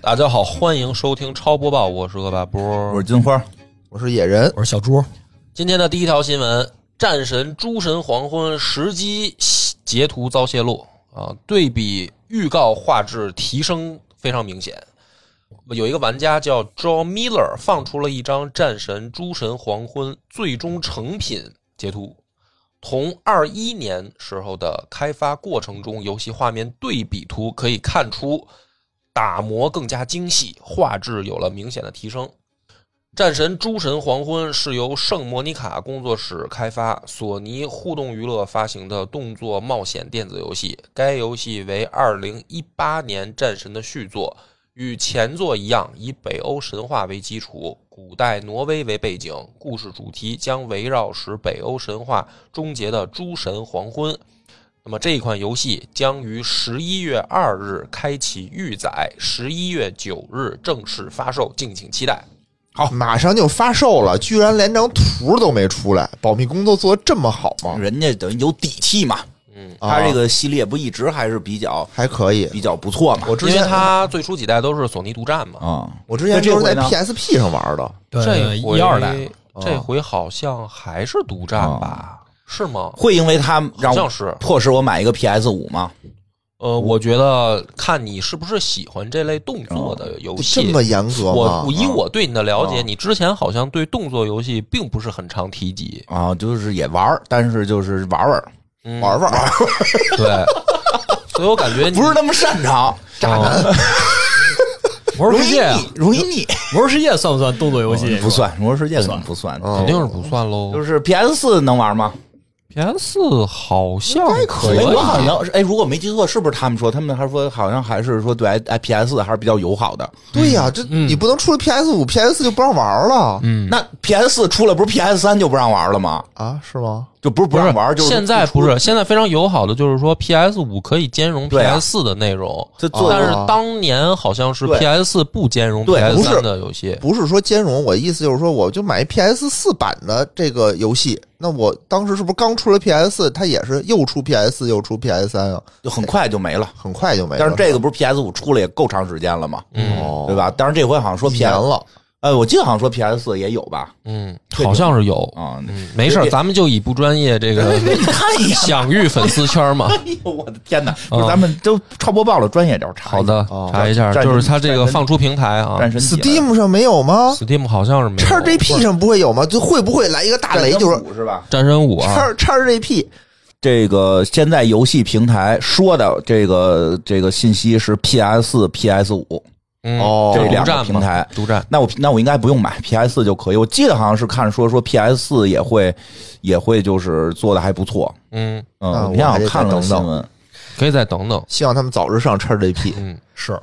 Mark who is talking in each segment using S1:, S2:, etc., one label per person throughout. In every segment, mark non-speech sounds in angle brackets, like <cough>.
S1: 大家好，欢迎收听超播报，我是恶霸波
S2: 我。是金花，
S3: 我是野人，
S4: 我是小猪，
S1: 今天的第一条新闻：战神诸神黄昏时机截图遭泄露啊，对比预告画质提升非常明显。有一个玩家叫 Joe Miller 放出了一张战神诸神黄昏最终成品截图，同二一年时候的开发过程中游戏画面对比图可以看出，打磨更加精细，画质有了明显的提升。战神诸神黄昏是由圣莫妮卡工作室开发，索尼互动娱乐发行的动作冒险电子游戏。该游戏为2018年战神的续作，与前作一样，以北欧神话为基础，古代挪威为背景，故事主题将围绕使北欧神话终结的诸神黄昏。那么这一款游戏将于十一月二日开启预载，十一月九日正式发售，敬请期待。
S3: 好，马上就发售了，居然连张图都没出来，保密工作做的这么好吗？
S2: 人家等于有底气嘛。
S1: 嗯，
S2: 他
S3: 啊
S2: 这个系列不一直还是比较
S3: 还可以，
S2: 比较不错嘛。
S3: 我之
S1: 因
S3: 前
S1: 为它最初几代都是索尼独占嘛，
S2: 啊，
S3: 我之前
S2: 那这
S3: 都是
S2: 回
S3: 在
S2: 呢
S3: PSP 上玩的，
S1: 这
S4: 对，
S1: 回
S4: 一二代，
S1: 这回好像还是独占吧？是吗？
S2: 会因为他
S1: 好
S2: 让
S1: 像
S2: 我
S1: 是。
S2: 迫使我买一个 PS 五吗？
S1: 呃，我觉得看你是不是喜欢这类动作的游
S3: 这
S1: 戏。
S3: 么严格
S1: 我
S3: 吗
S1: 我？以我对你的了解，
S2: 啊
S1: 你之前好像对动作游戏并不是很常提及。
S2: <laughs> 啊，就是也玩儿，但是就是玩玩，
S1: 嗯
S3: 玩玩，
S1: 对，所以我感觉你
S2: <laughs>
S1: 哦
S2: 不是那么擅长，
S1: 渣男。
S4: 魔兽
S2: 容
S4: 世
S2: 易
S4: 界啊，
S2: 腻，容易腻。
S3: 嗯
S4: 魔兽世界算不算动作游戏？
S2: 嗯不算，魔兽世界可能不算。
S3: 嗯
S1: 肯定是不算喽
S2: 就。是 PS 四能玩吗？
S1: PS 四好像可
S2: 哎，
S1: 以，
S2: 我好像是哎，如果没记错，是不是他们说他们还说好像还是说对 i PS 四还是比较友好的？
S3: 对呀，这你不能出了 PS 五、PS 四就不让玩了
S1: 嗯
S2: 那 PS 四出了不是 PS 三就不让玩了吗？
S3: 啊？是吗？
S2: 就不是不让玩，就是
S1: 现在
S2: 出
S1: 不是现啊在非常友好的，就是说 PS 五可以兼容
S2: 对啊
S1: PS 四的内容，啊
S2: 这做
S1: 但
S3: 的
S1: 是当年好像是
S2: 对
S1: PS 四不兼容
S2: 对
S1: PS
S3: 不是
S1: 三的游戏。
S3: 不是说兼容，我的意思就是说，我就买 PS 四版的这个游戏，那我当时是不是刚出了 PS 四，它也是又出 PS 四又出 PS 三啊？
S2: 就很快就没了。
S3: 很快就没了。
S2: 但是这个不是 PS 五出了也够长时间了嘛，
S1: 嗯
S3: 哦，
S2: 对？吧？但是这回好像说
S3: 一年
S2: PS，
S3: 了，
S2: 呃，我记得好像说 PS 四也有吧？
S1: 嗯，好像是有。
S2: 啊， <laughs>
S1: 嗯，没事儿，
S2: 对
S1: 咱们就以不专业这个
S2: 看一
S1: <laughs>
S2: 眼。
S1: 享誉粉丝圈
S2: <laughs>
S1: 嘛。
S2: 哎呦，我的天哪！
S1: 嗯
S2: 不是，咱们都超播报了，专业点儿查。
S1: 好，的，查一下，
S2: 哦战神
S1: 就是它这个放出平台啊
S2: 战神起来了
S3: Steam 上没有吗
S1: Steam 好像是没有。
S3: x GP 上不会有吗？就会不会来一个大雷，就是
S2: 战神五是吧？
S1: 战神五啊，
S3: x x GP
S2: 这个现在游戏平台说的这个这个信息是 PS 四、PS 五，
S1: 嗯
S3: 哦
S1: 就是
S2: 这两
S1: 独
S2: 个
S1: 占嘛
S2: 平台
S1: 独占。
S2: 那我那我应该不用买 PS 四就可以。我记得好像是看说说 PS 四也会也会就是做的还不错，
S1: 嗯，
S3: 那
S2: 嗯，
S3: 我
S2: 你看
S3: 还得
S2: 我看了
S3: 再等
S2: 新 <laughs>
S3: 等
S2: 闻，
S1: 可以再等等。
S3: 希望他们早日上 x GP。 <laughs>
S1: 嗯，
S4: 是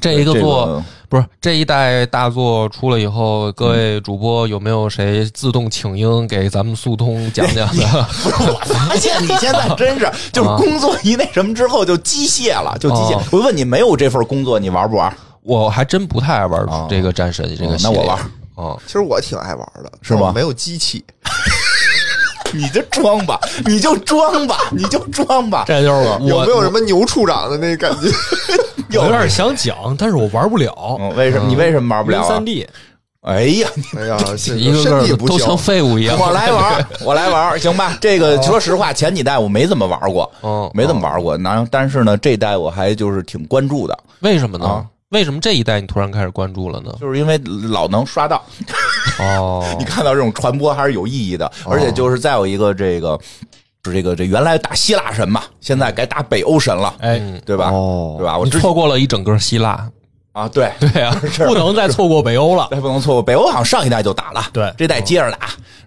S1: 这一个
S2: 这
S1: 做不是这一代大作出了以后，各位主播有没有谁自动请缨给咱们速通讲讲
S2: <laughs>
S1: 的？
S2: 发现你现在真是就是工作一那什么之后就机械了，就机械
S1: 哦。
S2: 我问你，没有这份工作你玩不玩？
S1: 我还真不太爱玩
S2: 哦
S1: 这个战神这个
S2: 哦
S1: 系
S2: 那
S1: 列。
S2: 我玩
S1: 啊，
S3: 其实我挺爱玩的，
S2: 是吗
S3: 我没有机器，
S2: 你就装吧，你就装吧，你就装吧。
S4: 这就是我，
S3: 有
S4: 我
S3: 没有什么牛处长的那感觉？
S4: 有点想讲，但是我玩不了，
S2: 嗯，为什么你为什么玩不了
S4: 零
S2: 啊
S4: 三？D
S2: 哎呀，
S3: <laughs> 哎呀，这
S1: 一个
S3: 身
S1: 个
S3: 体
S1: 的
S3: 不
S1: 都
S3: 行
S1: 成。废物一样。
S2: 我来玩儿，我来玩儿，行吧？这个说实话，前几代我没怎么玩过，
S1: 嗯，
S2: 没怎么玩过。然后，但是呢，这代我还就是挺关注的，
S1: 为什么呢？
S2: 啊
S1: 为什么这一代你突然开始关注了呢？
S2: 就是因为老能刷到，
S1: 哦
S2: <laughs> 你，看到这种传播还是有意义的。而且就是再有一个这个，是这个这原来打希腊神嘛，现在改打北欧神了，
S4: 哎，
S1: 嗯
S2: 对吧？对
S3: 哦，
S2: 吧？我
S1: 你
S2: 之
S1: 错过了一整个希腊。
S2: 啊，对，
S1: 对啊，
S4: 不能再错过北欧了。
S2: 那不能错过。北欧好像上一代就打了，
S4: 对
S2: 这代接着打。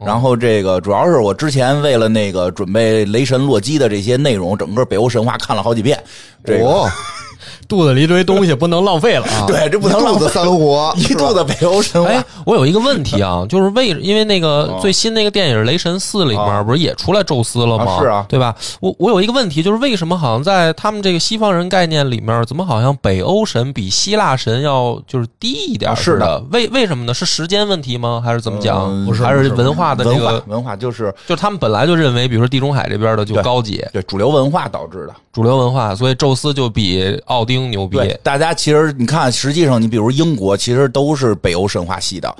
S2: 然后这个主要是我之前为了那个准备雷神洛基的这些内容，整个北欧神话看了好几遍。这个、
S3: <laughs> 哦，
S4: 肚子里一堆东西，不能浪费了啊！
S2: 对，这不
S3: 一
S2: 能
S3: 肚
S2: 浪
S3: 子
S2: 费，
S3: 三国，
S2: 一肚子北欧 <laughs> 神话。
S1: 哎，我有一个问题
S2: <laughs>
S1: 啊，就是为因为那
S2: 哦
S1: 个最新那个电影《雷神四》里
S2: 啊
S1: 面不是也出来宙斯了吗？
S2: 啊是啊
S1: 对吧？我我有一个问题，就是为什么好像在他们这个西方人概念里面，怎么好像北欧神比希腊神要就是低一点
S2: 啊
S1: 儿
S2: 是
S1: 似
S2: 的
S1: 的？为为什么呢？是时间问题吗？还是怎么哎讲？
S2: 嗯不是
S1: 还
S2: 不
S1: 是
S2: 是
S1: 文化的这
S2: 文
S1: 个？
S2: 化文化就是
S1: 就是他们本来就认为，比如说地中海这边的就
S2: 对
S1: 高级，
S2: 对主流文化导致的。
S1: 主流文化，所以宙斯就比奥丁牛逼，
S2: 对，大家其实你看，实际上你比如英国，其实都是北欧神话系的，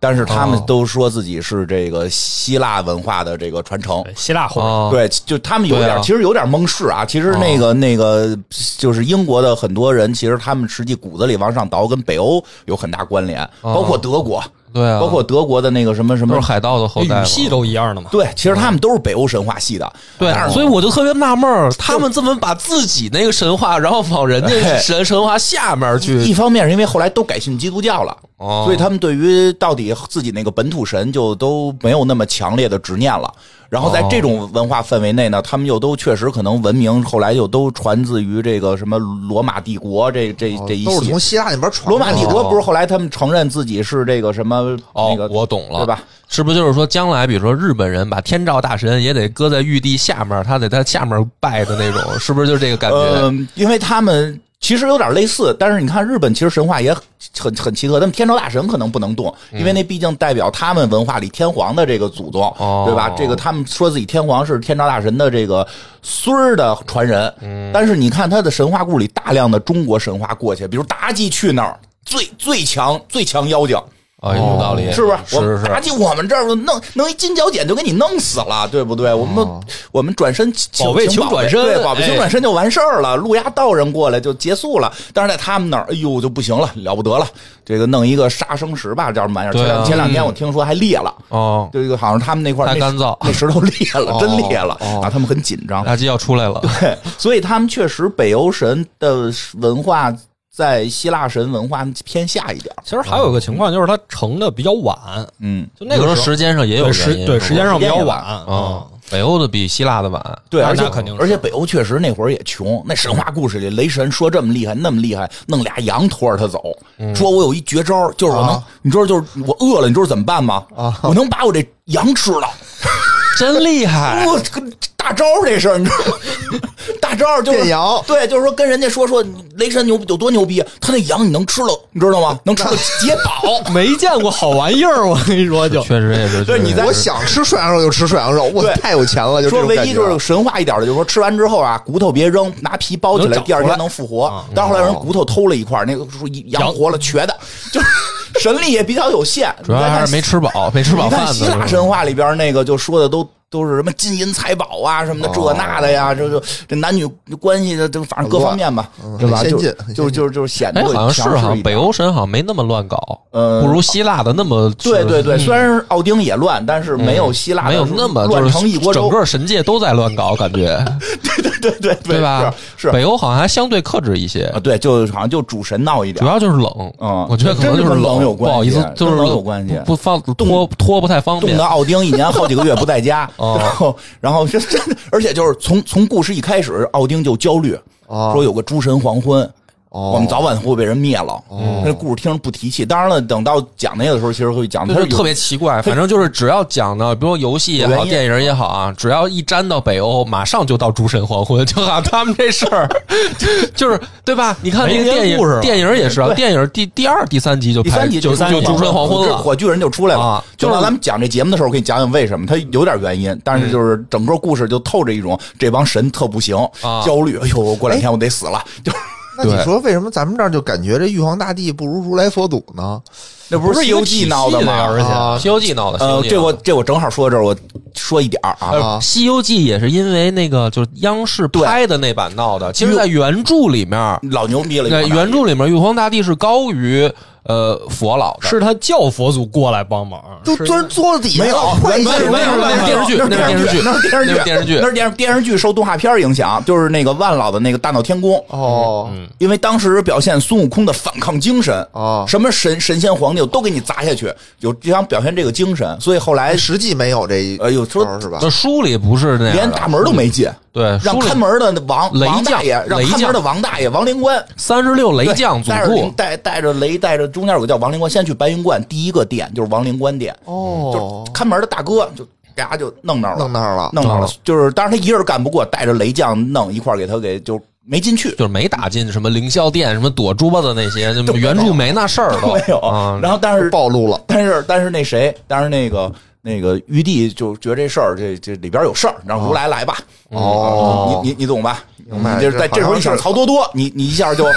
S2: 但是他们
S1: 哦
S2: 都说自己是这个希腊文化的这个传承。
S4: 对希腊后面
S1: 啊，，
S2: 对，就他们有点，
S1: 对啊
S2: 其实有点蒙氏啊。其实那个、那个，就是英国的很多人，其实他们实际骨子里往上倒，跟北欧有很大关联，包括德国，
S1: 啊对啊，
S2: 包括德国的那个什么什
S1: 都
S2: 么
S1: 是。海盗的后代嘛
S4: 哎语系都一样的嘛。
S2: 对，其实他们都是北欧神话系的。
S1: 对
S2: 但，是
S1: 所以我就特别纳闷儿，他们这么把自己那个神话，然后往人家神神话下面
S2: 哎一
S1: 去，
S2: 方面是因为后来都改信基督教了，
S1: 哦
S2: 所以他们对于到底自己那个本土神就都没有那么强烈的执念了。然后在这种文化氛围内呢，他们又都确实可能文明后来又都传自于这个什么罗马帝国这这
S1: 哦
S2: 这一
S3: <laughs> 都是
S2: 系
S3: 从。希腊那边传
S2: 罗马帝
S3: 过来的
S2: 国不是后来他们承认自己是这个什么
S1: 哦
S2: 那，个
S1: 我懂了，
S2: 对吧？
S1: 是不是就是说，将来比如说日本人把天照大神也得搁在玉帝下面，他在他下面拜的那种，是不是就是这个感觉？
S2: 嗯，因为他们其实有点类似，但是你看日本其实神话也很很很奇特，他们天朝大神可能不能动，
S1: 嗯
S2: 因为那毕竟代表他们文化里天皇的这个祖宗，
S1: 哦
S2: 对吧？这个他们说自己天皇是天朝大神的这个孙儿的传人，
S1: 嗯
S2: 但是你看他的神话故事里大量的中国神话过去，比如妲己去那儿。最最强最强妖精
S1: 啊，有道理，
S2: 哦是不是？我
S1: 是是
S2: 妲
S1: 是，
S2: 己我们这儿弄弄一金角剪就给你弄死了，对不对？我们、
S1: 哦
S2: 我们转身请
S4: 保卫
S2: 请
S4: 请
S2: 保
S4: 转身
S2: 对，保卫请
S4: 哎
S2: 转身就完事儿了。路压道人过来就结束了，但是在他们那儿，哎呦就不行了，了不得了，这个弄一个杀生石吧，叫什么玩意儿？
S1: 对
S2: 前
S1: 啊
S2: 两前两天我听说还裂了，
S1: 哦，
S2: 就一个好像他们那块儿
S1: 太
S2: 那
S1: 干燥
S2: 那石头裂了，
S1: 哦
S2: 真裂了
S1: 哦
S2: 啊！他们很紧张，
S1: 垃圾要出来了，
S2: 对，所以他们确实北欧神的文化在希腊神文化偏下一点儿，
S4: 其实还有一个情况就是它成的比较晚，
S2: 嗯。
S4: 就那个
S1: 比如说
S4: 时候
S1: 时间上也有
S4: 对
S1: 原
S4: 时
S1: 因
S4: 对
S1: 是吧
S4: 时间上比较
S2: 时间也
S4: 晚
S2: 晚嗯
S4: 啊
S1: 啊，北欧的比希腊的晚，
S2: 对，
S4: 那
S2: 而且
S4: 那肯定是
S2: 而且北欧确实那会儿也穷，那神话故事里雷神说这么厉害，那么厉害，弄俩羊拖着他走，
S4: 嗯
S2: 说我有一绝招，就是我能，
S3: 啊
S2: 你知道就是我饿了，你知道怎么办吗？
S3: 啊
S2: 我能把我这羊吃了，
S1: 真厉害，
S2: 我、这个大招这事儿，你知道吗？ <laughs> 大招就是
S3: 电羊
S2: 对，就是说跟人家说说雷神牛有多牛逼，啊他那羊你能吃了，你知道吗？能吃了解饱。
S4: 没见过好玩意儿，我跟你说就
S1: 确实也是，确
S2: 对
S1: 实
S2: 你在
S1: 也
S3: 我
S1: 是
S3: 想吃涮羊肉就吃涮羊肉，我
S2: 对
S3: 太有钱了，就这
S2: 说
S3: 种
S2: 唯
S3: 感
S2: 一
S3: 觉啊
S2: 就是神话一点的，就是说吃完之后啊，骨头别扔，拿皮包起
S4: 能
S2: 来，
S4: 长
S2: 第二
S4: 回来
S2: 天能复
S1: 啊
S2: 活。但是后来
S3: 哦
S2: 人骨头偷了一块儿，那个说羊
S4: 羊
S2: 活了，瘸的，就是 <laughs> 神力也比较有限。
S1: 主要还是没
S2: 吃
S1: 吃饱，没吃饱
S2: 你
S1: 饭
S2: 看
S1: 呢。
S2: 希腊
S1: 是吧
S2: 神话里边那个就说的都。都是什么金银财宝啊，什
S1: 哦
S2: 么的这那的呀，这就这男女关系的，这反正各方面吧，对吧？
S3: 嗯很
S2: 就
S3: 先进很
S2: 就就就是显得
S1: 哎，好像是
S2: 强势
S1: 哈
S2: 一，点
S1: 北欧神好像没那么乱搞，
S2: 呃
S1: 不如希腊的那么
S2: 对对对，虽然奥丁也乱，但是没有希腊
S1: 嗯
S2: 的
S1: 没有那么
S2: 乱
S1: 就
S2: 成
S1: 是
S2: 一锅粥
S1: 整，个神界都在乱搞，感觉
S2: <laughs> 对对
S1: 对吧？
S2: 是是
S1: 北欧好像还相对克制一些
S2: 啊，，对，就好像就主神闹一点
S1: 主。要就是冷，
S2: 嗯
S1: 我觉得可能就是
S2: 真是跟冷有
S1: 不
S2: 关系啊
S1: 好意思，就是
S2: 跟冷有关系啊
S1: 不不放拖拖不太方
S2: 冻
S1: 便
S2: 得。奥丁一年好几个月不
S1: <laughs>
S2: 在家，
S1: 哦
S2: 然后然后就真的，而且就是从从故事一开始，奥丁就焦虑，
S3: 哦
S2: 说有个诸神黄昏。
S3: 哦
S2: 我们早晚会被人灭了。那故事听着不提气，当然了，等到讲那个的时候，其实会讲，
S1: 就
S2: 它
S1: 是
S2: 有
S1: 特别奇怪，反正就是只要讲到，比如说游戏也
S2: 原
S1: 好，
S2: 因
S1: 电影也好啊，只要一沾到北欧，马上就到诸神黄昏， <laughs> 就好像他们这事儿，就是对吧？你看那个
S4: 没
S1: 电
S4: 故事
S1: 影，
S4: 了
S1: 电影也是啊，电影第第二、第三集就
S2: 第
S1: 拍
S2: 三集
S1: 就
S2: 第三集
S1: 就诸神黄昏
S2: 这
S1: 了，
S2: 火炬人就出来了
S1: 啊。
S2: 就
S1: 就是嗯
S2: 咱们讲这节目的时候，我给你讲讲为什么，它有点原因，但是就是整个故事就透着一种这帮神特不行
S1: 啊，
S2: 焦虑。哎呦，过两天我得死了，就
S3: 那你
S1: 对
S3: 说为什么咱们这儿就感觉这玉皇大帝不如如来佛祖呢？
S2: 那不
S4: 不
S2: 是《
S4: 是
S2: 西
S4: 一个
S2: 游
S4: 体
S2: 记
S4: 系》
S2: 闹的
S4: 的
S2: 吗？
S4: 呀
S2: <laughs>
S4: 而且
S1: 《啊西游记》闹的。
S2: 呃，
S1: 西游记
S2: 这我
S1: 闹的
S2: 这我正好说到这儿，我说一点儿啊，
S1: 呃，《西游记》也是因为那个就是央视拍的那版闹的。其实，在原著里面，
S2: 老牛逼了。
S1: 在
S2: 一帮大
S1: 原著里面，玉皇大帝是高于呃佛老的。
S4: 是他叫佛祖过来帮忙，
S3: 就是钻桌子底下
S2: 没有，
S3: 快
S2: 没
S3: 一
S2: 有，
S3: 些
S2: 没有，
S1: 哦没
S2: 没
S1: 有
S2: 有，
S1: 没有那是
S2: 没有
S1: 电视剧
S2: 那是电视剧，
S1: 那是电视剧
S2: 那是电视电视剧受动画片儿影响，就是那个万老的那个《大闹天宫》，
S3: 哦，
S1: 嗯
S2: 因为当时表现孙悟空的反抗精神
S3: 哦
S2: 什么神神仙皇帝我都给你砸下去，有就想表现这个精神，所以后来
S3: 哎，实际没有这一
S2: 哎呦说
S3: 招是吧？
S1: 那书里不是那样的，嗯
S2: 连大门都没进，
S1: 对，
S2: 让
S1: 书里
S2: 看门的那王
S1: 雷
S2: 王大
S1: 将
S2: 爷，让
S1: 雷
S2: 看门
S1: 将
S2: 的王大爷王灵官
S1: 三十六雷将
S2: 对
S1: 总
S2: 带着灵
S1: 部，
S2: 带带着雷，带着中间有个叫王灵官，先去白云观第一个店就是王灵官店，
S3: 哦
S2: 就，看门的大哥就俩就弄那儿了，
S3: 弄那儿了，
S2: 弄上了
S1: 哦，
S2: 就是当然他一人干不过，带着雷将弄一块儿给他给就没进去，
S1: 就是没打进什么凌霄殿、什么躲桌子那些，就
S2: 没有
S1: 原著没那事儿都
S2: <laughs> 没有
S1: 啊。
S2: 然后但是
S3: 暴露了。
S2: 但是但是那谁，但是那个那个玉帝就觉得这事儿这这里边有事儿，让如来来吧。啊
S3: 哦
S2: 嗯你你你懂吧？
S3: 明白
S2: 你就是在
S3: 这好
S2: 这时候
S3: 像
S2: 你想
S3: 是
S2: 曹多多，你你一下就 <laughs>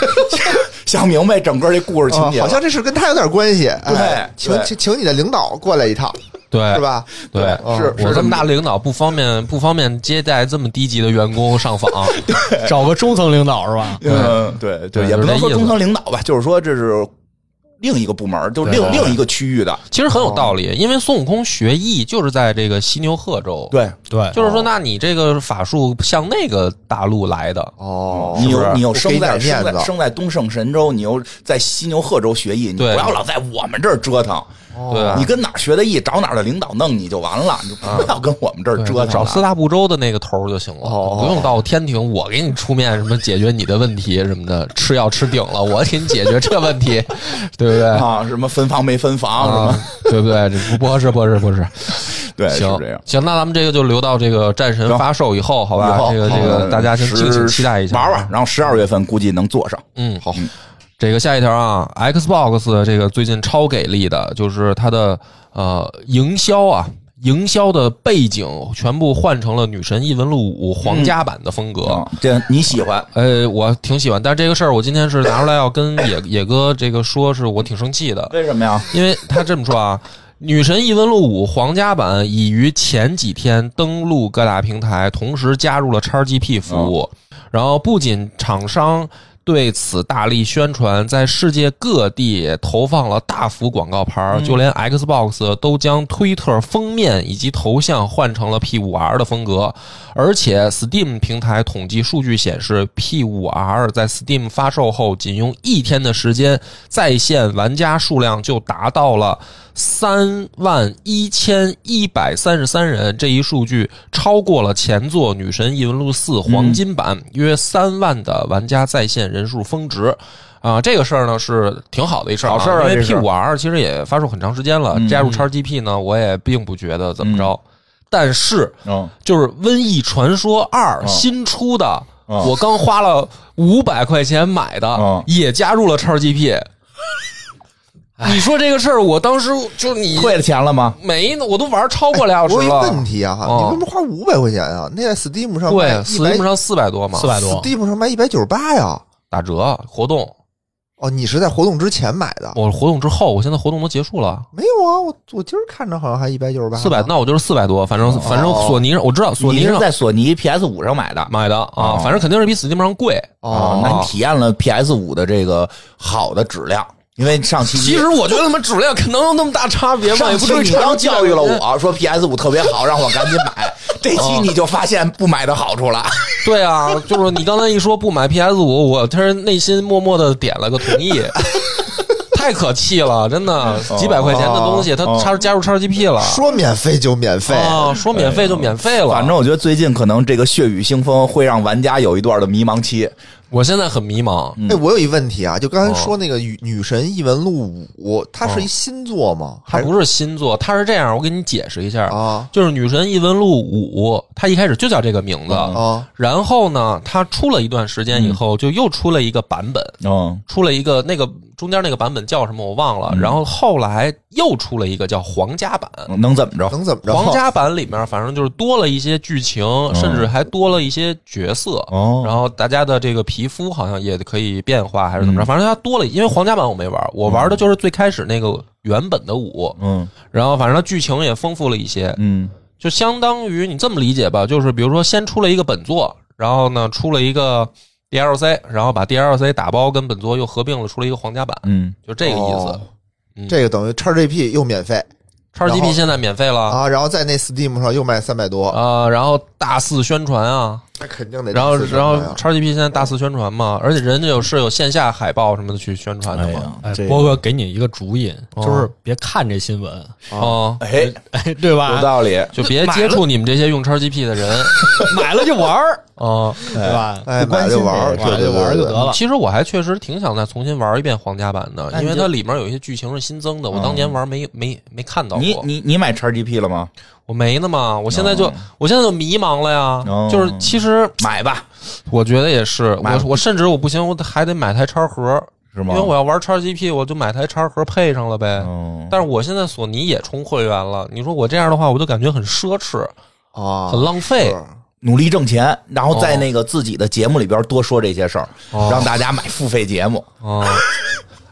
S2: 想明白整个这故事情
S3: 哦
S2: 节了，
S3: 好像这事跟他有点关系。哎
S2: 对
S3: 请
S2: 对
S3: 请请你的领导过来一趟，
S4: 对
S3: 是？吧？哦
S4: 对，
S3: 是
S1: 我这么大领导不方便不方便接待这么低级的员工上访，
S4: 找个中层领导
S2: <laughs>
S4: 是吧？
S2: 嗯，对对，
S1: 对
S2: 也不能
S1: 就是这
S2: 说
S1: 意思
S2: 中层领导吧，就是说这是另一个部门，就
S4: 对
S2: 另
S4: 对对
S2: 另一个区域的，
S1: 其实很有道理，因为孙悟空学艺就是在这个西牛贺州，，
S2: 对，
S4: 对，
S1: 就是说，那你这个法术向那个大陆来的，
S3: 哦
S2: 嗯你
S3: 是不
S2: 有
S3: 是
S2: 你有
S3: 我给
S2: 生
S3: 你
S2: 在
S3: 点面
S2: 生在
S3: 子，
S2: 生在东胜神州，你又在犀牛贺州学艺，你不
S1: 对
S2: 要老在我们这儿折腾，
S1: 对啊
S2: 你跟哪儿学的艺，找哪儿的领导弄你就完了，你就不要跟我们这儿
S1: 对
S2: 折腾了。
S1: 找四大部洲的那个头儿就行了，
S3: 哦
S1: 不用到天庭，我给你出面什么解决你的问题什么的，吃药吃顶了，我给你解决这问题，对不对？
S2: <laughs> 啊，什么分房没分房，什么
S1: 啊，对不对？这不不合适，不合适，不合适。
S2: 对，哎是
S1: 行
S2: 这样。
S1: 行，那咱们这个就留到这个战神
S2: 行
S1: 发售以后，好吧？这个这个，大家先
S2: 嗯十
S1: 敬请期待一下，
S2: 玩玩。。然后十二月份估计能做上。
S1: 嗯，
S2: 好，
S1: 这个下一条啊，Xbox 这个最近超给力的，就是它的呃营销啊，营销的背景全部换成了《女神异闻录五》皇家版的风格。
S2: 嗯这你喜欢？
S1: 呃，我挺喜欢，但这个事儿我今天是拿出来要跟野 <laughs> 野哥这个说，是我挺生气的，
S2: 为什么呀？
S1: 因为他这么说啊，《女神异闻录五》皇家版已于前几天登陆各大平台，同时加入了 XGP 服务。然后不仅厂商对此大力宣传，在世界各地投放了大幅广告牌儿，就连 Xbox 都将推特封面以及头像换成了 P5R 的风格。而且 Steam 平台统计数据显示，P5R 在 Steam 发售后，仅用一天的时间，在线玩家数量就达到了三万一千一百三十三人，这一数据超过了前作《女神异闻录四》
S2: 嗯
S1: 黄金版、约三万的玩家在线人数峰值。啊，这个事儿呢是挺好的一事儿、啊，
S2: 好事儿啊嗯
S1: 因为
S2: 这是
S1: P 五 R 其实也发售很长时间了，加入 XGP 呢，我也并不觉得怎么着，但是
S2: 嗯，
S1: 就是《瘟疫传说二》
S2: 嗯
S1: 新出的，
S2: 嗯
S1: 我刚花了五百块钱买的，
S2: 嗯
S1: 也加入了 XGP。你说这个事儿，我当时就你
S2: 退了钱了吗？
S1: 没呢，我都玩超过俩小
S3: 我有
S1: 时
S3: 一
S1: 了。
S3: 问题啊，
S2: 嗯
S1: 哦
S3: 你为什么花五百块钱啊？那在 Steam 上
S1: 对
S3: 卖100
S1: ，Steam 上四百多嘛，
S4: 四百多，
S3: Steam 上卖一百九十八呀。
S1: 打折活动，
S3: 哦，你是在活动之前买的？
S1: 我活动之后，我现在活动都结束了。
S3: 没有啊，我我今儿看着好像还一百九十八，
S1: 四百，那我就是四百多，反正反正
S3: 哦
S1: 索尼上我知道索
S2: 你
S1: 尼
S2: 是
S1: 上
S2: 在索尼 PS 五上买的
S1: 买的啊，
S2: 哦
S1: 反正肯定是比 Steam 上贵。
S2: 啊
S3: 哦？
S2: 那你体验了 PS 五的这个好的质量，因为上期
S1: 其实我觉得他妈质量可能有那么大差别吗？
S2: 上
S1: 也不
S2: 期
S1: 至于
S2: 你
S1: 差
S2: 刚
S1: 几百
S2: 教育了
S1: 块钱
S2: 我说 PS 五特别好，让我赶紧
S1: <laughs>
S2: 买。这期
S1: 哦
S2: 你就发现不买的好处了，
S1: 对啊，就是你刚才一说不买 PS 五，我他是内心默默的点了个同意，太可气了，真的，几百块钱的东西，他插入加入 XGP 了，
S3: 说免费就免费，哎
S1: 啊，说免费就免费了。
S2: 反正我觉得最近可能这个血雨腥风会让玩家有一段的迷茫期。
S1: 我现在很迷茫，
S3: 哎，我有一问题啊，就刚才说那个女《女神异闻录五》，它是一新作吗？
S1: 哦它
S3: 还
S1: 不是新作，它是这样，我给你解释一下，
S3: 啊
S1: 就是《女神异闻录五》，它一开始就叫这个名字，
S3: 啊
S1: 然后呢，它出了一段时间以后，就又出了一个版本，
S2: 嗯
S1: 出了一个那个中间那个版本叫什么我忘了，然后后来又出了一个叫皇家版，
S2: 嗯能怎么着？
S3: 能怎么着？
S1: 皇家版里面反正就是多了一些剧情，
S3: 嗯
S1: 甚至还多了一些角色。
S2: 哦
S1: 然后大家的这个皮肤好像也可以变化，还是
S3: 嗯
S1: 怎么着？反正它多了，因为皇家版我没玩，我玩的就是最开始那个原本的五。
S2: 嗯
S1: 然后反正它剧情也丰富了一些，
S2: 嗯
S1: 就相当于你这么理解吧，就是比如说先出了一个本作，然后呢出了一个 DLC，然后把 DLC 打包跟本作又合并了，出了一个皇家版，
S2: 嗯，
S1: 就这个意思嗯
S3: 哦。这个等于 XGP 又免费
S1: 叉
S3: 然后
S1: GP 现在免费了。
S3: 啊，然后在那 Steam 上又卖三百多，
S1: 呃，然后大肆宣传啊，
S3: 那肯定得
S1: 然后，
S3: 打四折
S1: 然后
S3: 呀
S1: XGP 现在大肆宣传嘛，而且人家有是有线下海报什么的去宣传的嘛。
S4: 哎，波哥给你一个主引，就是别看这新闻，
S1: 哦，
S2: 哎，
S4: 哎，对
S1: 啊
S2: 有
S4: 吧？
S2: 道理。
S1: 就别接触你们这些用 XGP 的人
S4: 买了就玩儿，
S2: <laughs>
S1: 啊。
S4: 对吧？
S3: 哎，
S2: 不关
S3: 买
S2: 心
S3: 就玩儿，
S2: 这
S3: 对
S4: 买了
S3: 对
S4: 就
S3: 对
S4: 玩儿就得
S3: 对
S4: 了。
S1: 其实我还确实挺想再重新玩一遍皇家版的，
S4: 那
S1: 因
S4: 你
S1: 为
S4: 就
S1: 它里面有一些剧情是新增的，我当年玩没没没看到
S2: 嗯你
S1: 过。
S2: 你你买 XGP 了吗？
S1: 我没呢嘛，我现在就我现在就迷茫了呀
S2: 哦。
S1: 就是其实
S2: 买吧，
S1: 我觉得也是，
S2: 买
S1: 我我甚至我不行，我还得买台超盒，
S2: 是吗？
S1: 因为我要玩叉 GP，我就买台叉盒配上了呗。
S2: 嗯，
S1: 但是我现在索尼也充会员了，你说我这样的话，我就感觉很奢侈，
S3: 啊，
S1: 很浪费。
S3: 是
S2: 努力挣钱，然后在
S1: 哦
S2: 那个自己的节目里边多说这些事儿，
S1: 哦
S2: 让大家买付费节目。
S1: 啊，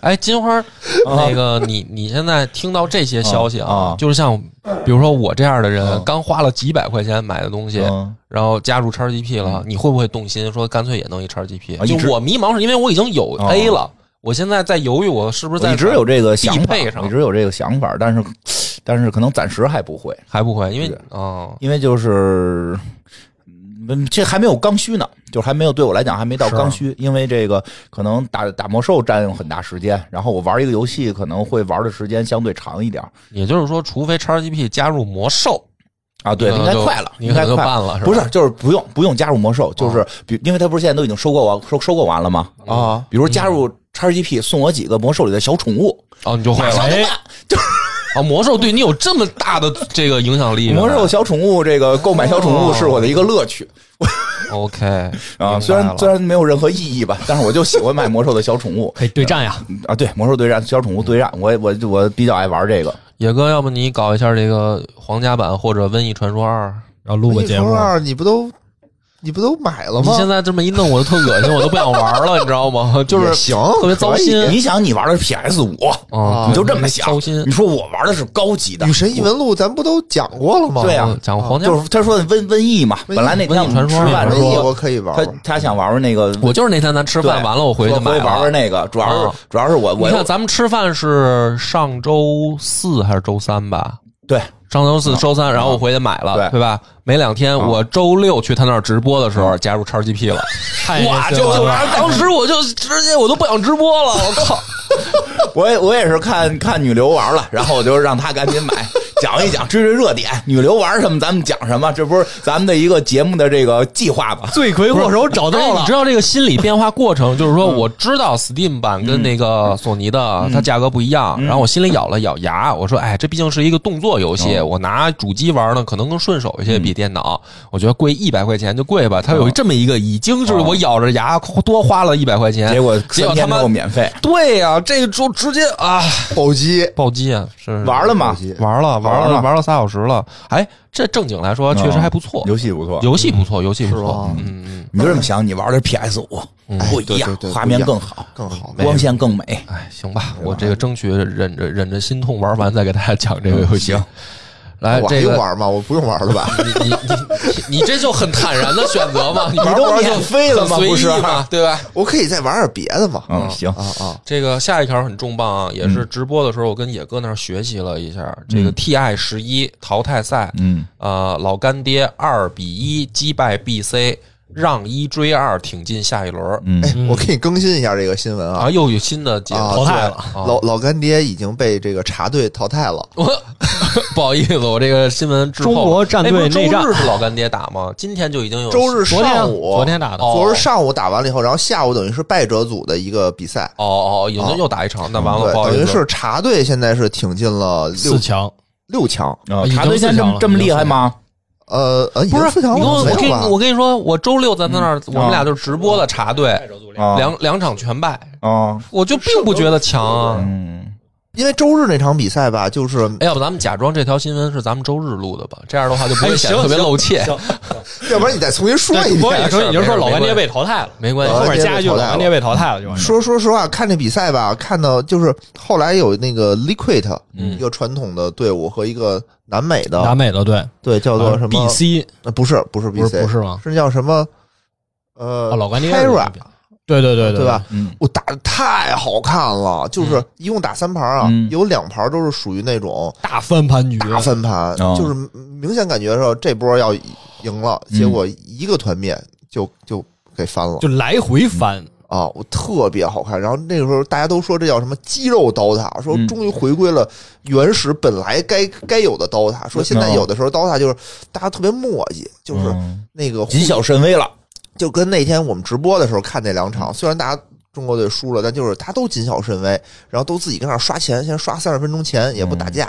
S1: 哎，金花，那个 <laughs> 你你现在听到这些消息
S2: 啊
S1: 啊
S2: 啊，
S1: 就是像比如说我这样的人
S2: 嗯，
S1: 刚花了几百块钱买的东西，
S2: 嗯，
S1: 然后加入 XGP 了，你会不会动心说干脆也弄一 XGP？
S2: 啊一直啊
S1: 就我迷茫是因为我已经有 A 了，我现在在犹豫我是不是
S2: 我
S1: 在
S2: 一直有这个想
S1: 必
S2: 法，
S1: 配上
S2: 我一直有这个想法，但是但是可能暂时还不会，
S1: 还不会，因为
S2: 对
S1: 啊
S2: 因为就是。嗯，这还没有刚需呢，就是还没有对我来讲还没到
S4: 是
S2: 刚需，因为这个可能打打魔兽占用很大时间，然后我玩一个游戏可能会玩的时间相对长一点儿
S1: 也就是说，除非 XGP 加入魔兽，
S2: 啊，对，
S1: 你
S2: 应
S1: 可
S2: 该
S1: 能嗯就
S2: 快了，
S1: 你
S2: 应
S1: 可
S2: 该
S1: 能就
S2: 快了。
S1: 办了，吧哦
S2: 不是，就是不用不用加入魔兽，就是比因为他不是现在都已经收购完收收购完了吗？
S3: 啊，
S2: 比如
S1: 嗯
S2: 加入 XGP 送我几个魔兽里的小宠物，
S1: 哦，你就会了。
S4: 哎，
S1: 哦，魔兽对你有这么大的这个影响力吗？
S2: 魔兽小宠物这个购买小宠物是我的一个乐趣
S1: OK
S2: 啊，
S1: 哦明白
S2: 虽然
S1: 了
S2: 虽然没有任何意义吧，但是我就喜欢买魔兽的小宠物
S4: 可以对战呀，
S2: 啊，对，魔兽对战小宠物对战，我我我比较爱玩这个，
S1: 野哥，要不你搞一下这个皇家版或者《瘟疫传说二
S4: 然后录个
S3: 你
S4: 节
S3: 说
S4: 目，
S3: 二你不都你不都买》？了
S1: 你
S3: 吗？
S1: 现在这么一弄，我就特恶心，我都不想玩
S2: <laughs>
S1: 了，你知道吗？就
S3: 也
S1: 是
S3: 行，
S1: 特别糟心
S2: 你想你玩的是 PS 五，
S1: 嗯啊，
S2: 你就这么想
S1: 糟心，
S2: 你说我玩的是高级的
S3: 《与，神异闻录》咱不都讲过了吗？
S2: 对呀
S1: 嗯讲皇家
S2: 就是他说的瘟瘟疫嘛，
S3: 瘟疫
S2: 本来那天我们吃
S1: 瘟疫传
S2: 饭
S3: 瘟
S1: 啊说
S3: 疫
S2: 说
S3: 我可以玩
S2: 他
S3: 玩，
S2: 他想玩玩那个
S1: 我就是那天咱吃饭
S2: 对
S1: 完了，我回去
S2: 说
S1: 就买
S2: 回
S1: 了
S2: 玩玩。那个，主要是
S1: 啊
S2: 主要是我我
S1: 你看，
S2: 又
S1: 咱们吃饭是上周四还是周三吧？
S2: 对
S1: 上周四、周三，然后我回去买了，
S2: 嗯对嗯
S1: 对吧？没两天，我周六去他那儿直播的时候，加入 XGP 了。
S2: 哎
S4: 太
S1: 哇！就
S4: 那什么
S1: 就
S4: 了
S1: 当时我就直接我都不想直播了，我靠！
S2: 我也我也是看看女流玩了，然后我就让她赶紧买，讲一讲追追热点，女流玩什么咱们讲什么，这不是咱们的一个节目的这个计划吗？
S4: 罪魁祸首找哦到
S1: 哎
S4: 了
S1: 你知，道这个心理变化过程，就是说我知道 Steam 版跟那个索尼的它价格不一样，然后我心里咬了咬牙，我说，哎，这毕竟是一个动作游戏，我拿主机玩呢可能更顺手一些，比电脑，我觉得贵一百块钱就贵吧。它有这么一个，已经就是我咬着牙多花了一百块钱，
S2: 结果
S1: <laughs> 结果
S2: 三
S1: 他
S2: 天之
S1: 妈
S2: 后免费
S1: 对呀、这个就直接啊
S3: 暴击
S1: 暴击啊，是
S2: 玩了吗
S3: 手？机
S1: 玩了玩
S2: 玩了
S1: 了玩了仨小时了，哎，这正经来说确实还不错，
S2: 游戏不错，
S1: 游戏不错，游戏不
S3: 是
S1: 错
S3: 吧，
S1: 嗯嗯。
S2: 你就这么想，你玩的 PS 五不一
S3: 对
S2: 样
S3: 对对，
S2: 画面
S3: 不一
S2: 更
S3: 样
S2: 好，
S3: 更好，
S2: 光线更美。
S1: 哎，行吧，我这个争取忍着忍着心痛玩完再给大家讲这个游戏。
S2: 嗯行
S1: 来
S3: 我还
S1: 这
S3: 用
S1: 个
S3: 玩吗？我不用玩了吧？
S1: 你你你你这就很坦然的选择嘛，你玩
S2: 都
S1: 不玩就
S2: 免费了吗
S1: 很随
S2: 不是
S1: 意嘛，对吧？
S3: 我可以再玩点别的嘛？
S2: 嗯，行，
S3: 啊啊，
S1: 这个下一条很重磅啊，也是直播的时候我跟野哥那儿学习了一下，这个 TI 十一淘汰赛，
S2: 嗯，
S1: 呃，老干爹二比一击败 BC，让一追二挺进下一轮，
S2: 嗯
S3: 哎，我给你更新一下这个新闻啊
S1: 啊，。又有新的节
S3: 啊
S1: 目
S4: 淘汰
S3: 对
S4: 了
S3: 老老干爹已经被这个茶队淘汰了。
S1: 我 <laughs> 不好意思，我这个新闻滞后了
S4: 中国战队
S1: 哎不是
S4: 内战
S1: 周日是老干爹打吗？今天就已经有
S3: 周日
S4: 昨天
S3: 上午，
S4: 昨天打的
S1: 哦
S3: 昨日上午打完了以后，然后下午等于是败者组的一个比赛，
S1: 哦哦，已经又打一场，那完了，
S3: 嗯对，
S1: 不好意
S3: 等
S1: 思，
S3: 于是茶队现在是挺进了六
S4: 四强，
S3: 六强，
S2: 啊
S4: 已经
S2: 查队现在这
S4: 四强
S2: 么
S4: 了
S2: 这么厉害吗？
S3: 呃呃，已
S1: 不
S3: 经
S1: 是
S3: 四
S1: 你
S3: 强
S1: 跟我
S3: 了，
S1: 我跟
S3: 没
S1: 你
S3: 有吧
S1: 我跟你说，我周六在那儿，我们俩就是直播的茶队，
S3: 嗯
S2: 啊
S1: 两两场全败，
S2: 啊，
S1: 我就并不觉得强啊。
S2: 嗯，
S3: 因为周日那场比赛吧，就是
S1: 哎，要不咱们假装这条新闻是咱们周日录的吧？这样的话就不
S4: 哎
S1: 会显得
S4: 行
S1: 特别
S4: 行
S1: 露怯。
S3: 要不然你再重新说
S4: 对，
S3: 一
S4: 播
S3: 遍
S1: 也。
S4: 也
S1: 是
S4: 说你就说
S1: 没
S4: 老干
S1: 关
S4: 爹
S1: 系
S4: 被淘汰了，
S1: 没关系
S3: 哎
S4: 后面加一句
S3: 老
S4: 老
S3: 干
S4: 干
S3: 爹
S4: 爹被淘汰了就完事儿。
S3: 说说实话，看这比赛吧，看到就是后来有那个 Liquid，、
S1: 嗯
S3: 一个传统的队伍和一个南美的，
S4: 南美的对，
S3: 对，啊叫做什么、
S4: BC
S3: 呃不是不是
S4: 不
S3: BC，
S4: 是不是吗？
S3: 是叫什么？呃，
S4: 啊，老干爹
S3: Terra
S4: 对对对
S3: 对吧？？
S2: 嗯
S3: 我打的太好看了，就是一共打三盘啊，
S2: 嗯
S3: 有两盘都是属于那种
S4: 大翻盘局，
S3: 大翻盘，
S2: 哦
S3: 就是明显感觉到这波要赢了，
S2: 嗯
S3: 结果一个团灭就就给翻了
S4: <laughs> 就来回翻，
S3: 啊！我特别好看。然后那个时候大家都说这叫什么肌肉刀塔，说
S2: 嗯
S3: 终于回归了原始本来该该有的刀塔，说现在
S2: 哦
S3: 有的时候刀塔就是大家特别磨叽，就是
S2: 嗯
S3: 那个
S2: 谨小慎微了，
S3: 就跟那天我们直播的时候看那两场，虽然大家中国队输
S2: 嗯
S3: 了，但就是他都谨小慎微，然后都自己跟那儿刷钱，先刷三十分钟钱，也不打架。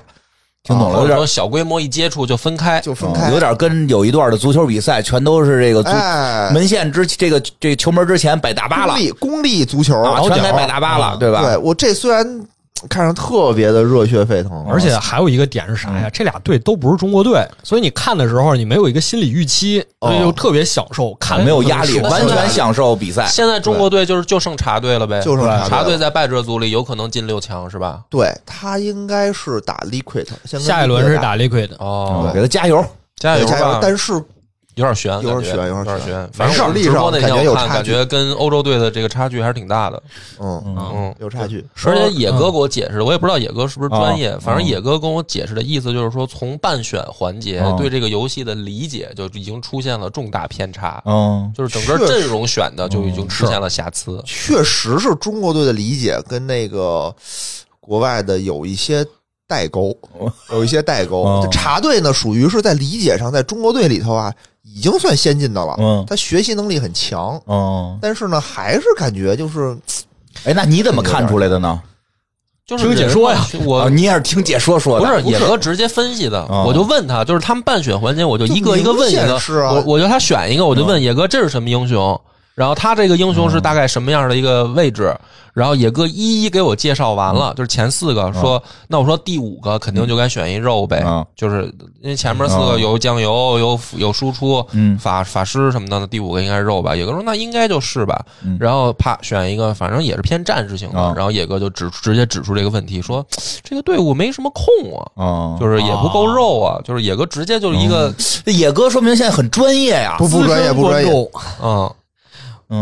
S2: 听懂
S1: 或
S2: 了，有
S1: 者
S2: 点
S1: 说小规模一接触就啊分开，
S3: 就分开
S2: 嗯有。点跟有一段的足球比赛，全都是这个足、
S3: 哎，
S2: 门线之这个这球门之前摆大巴了
S3: 公立公立足球，
S2: 啊，全给摆大巴了，对吧？
S3: 对我这虽然看上特别的热血沸腾，
S4: 而且还有一个点是啥呀？这俩队都不是中国队，所以你看的时候你没有一个心理预期，所以就特别享受看，
S2: 没有压力，
S1: 那
S2: 完
S1: 现在
S2: 全享受比赛。
S1: 现在中国队就是就剩茶队了呗，
S3: 就剩茶队了
S1: 茶队在败者组里有可能进六强是吧？
S3: 对他应该是打 Liquid，先跟
S4: 下一轮
S3: Liquid
S4: 是打 Liquid 的，
S1: 哦，
S2: 嗯给他加油！
S1: 加
S3: 对
S1: 油
S3: 嗯加油
S1: 吧！，
S3: 但是
S1: 有点悬，
S3: 有点
S1: 感觉
S3: 悬有
S1: 有
S3: 点悬
S1: 悬。反正我
S3: 实力
S1: 直播
S3: 上
S1: 那
S3: 感
S1: 天
S3: 觉
S1: 我
S3: 有
S1: 看，
S3: 差
S1: 感
S3: 距
S1: 觉跟欧洲队的这个差距还是挺大的。
S3: 嗯，
S1: 嗯，
S3: 有差距。
S1: 而且野哥给我解释，我也不知道野哥是不是专业，反正野哥跟我解释的意思就是说，从半选环节
S2: 嗯
S1: 对这个游戏的理解就已经出现了重大偏差，
S2: 嗯，
S1: 就是整个
S3: 确实
S1: 阵容选的就已经出现了瑕疵。
S3: 确实是中国队的理解跟那个国外的有一些代
S4: <laughs>
S3: 沟，有一些代沟
S4: 嗯
S2: 哦。
S3: 这茶队呢，属于是在理解上，在中国队里头啊，已经算先进的了。
S2: 嗯
S3: 他学习能力很强，
S2: 嗯，
S3: 但是呢，还是感觉就是
S2: 哎，那你怎么看出来的呢？
S1: 就是
S4: 听解
S1: 人
S4: 说
S1: 嘛
S4: 呀，
S1: 我
S2: 啊你也是听解说说
S1: 不
S2: 的？
S1: 是野哥直接分析的，
S2: 哦
S1: 我就问他，就是他们半选环节，我就一个一个问野
S3: 就
S1: 哥
S3: 明显是，啊
S1: 我我就他选一个，我就问野哥这是什么英雄，然后他这个英雄是大概什么样的一个位置，然后野哥一一给我介绍完了，就是前四个，说那我说第五个肯定就该选一肉呗
S2: 嗯，
S1: 就是因为前面四个
S2: 嗯
S1: 有酱油，有有输出，
S2: 嗯
S1: 法法师什么的，第五个应该是肉吧？野哥说那应该就是吧
S2: 嗯，
S1: 然后啪选一个，反正也是偏战士型的
S2: 啊，
S1: 然后野哥就指直接指出这个问题，说这个队伍没什么空啊，
S2: 嗯，
S1: 就是也不够肉啊，就是野哥直接就是一个
S2: 这野哥说明现在很专业呀。
S4: 啊
S3: 不不专业，不专业，
S1: 嗯，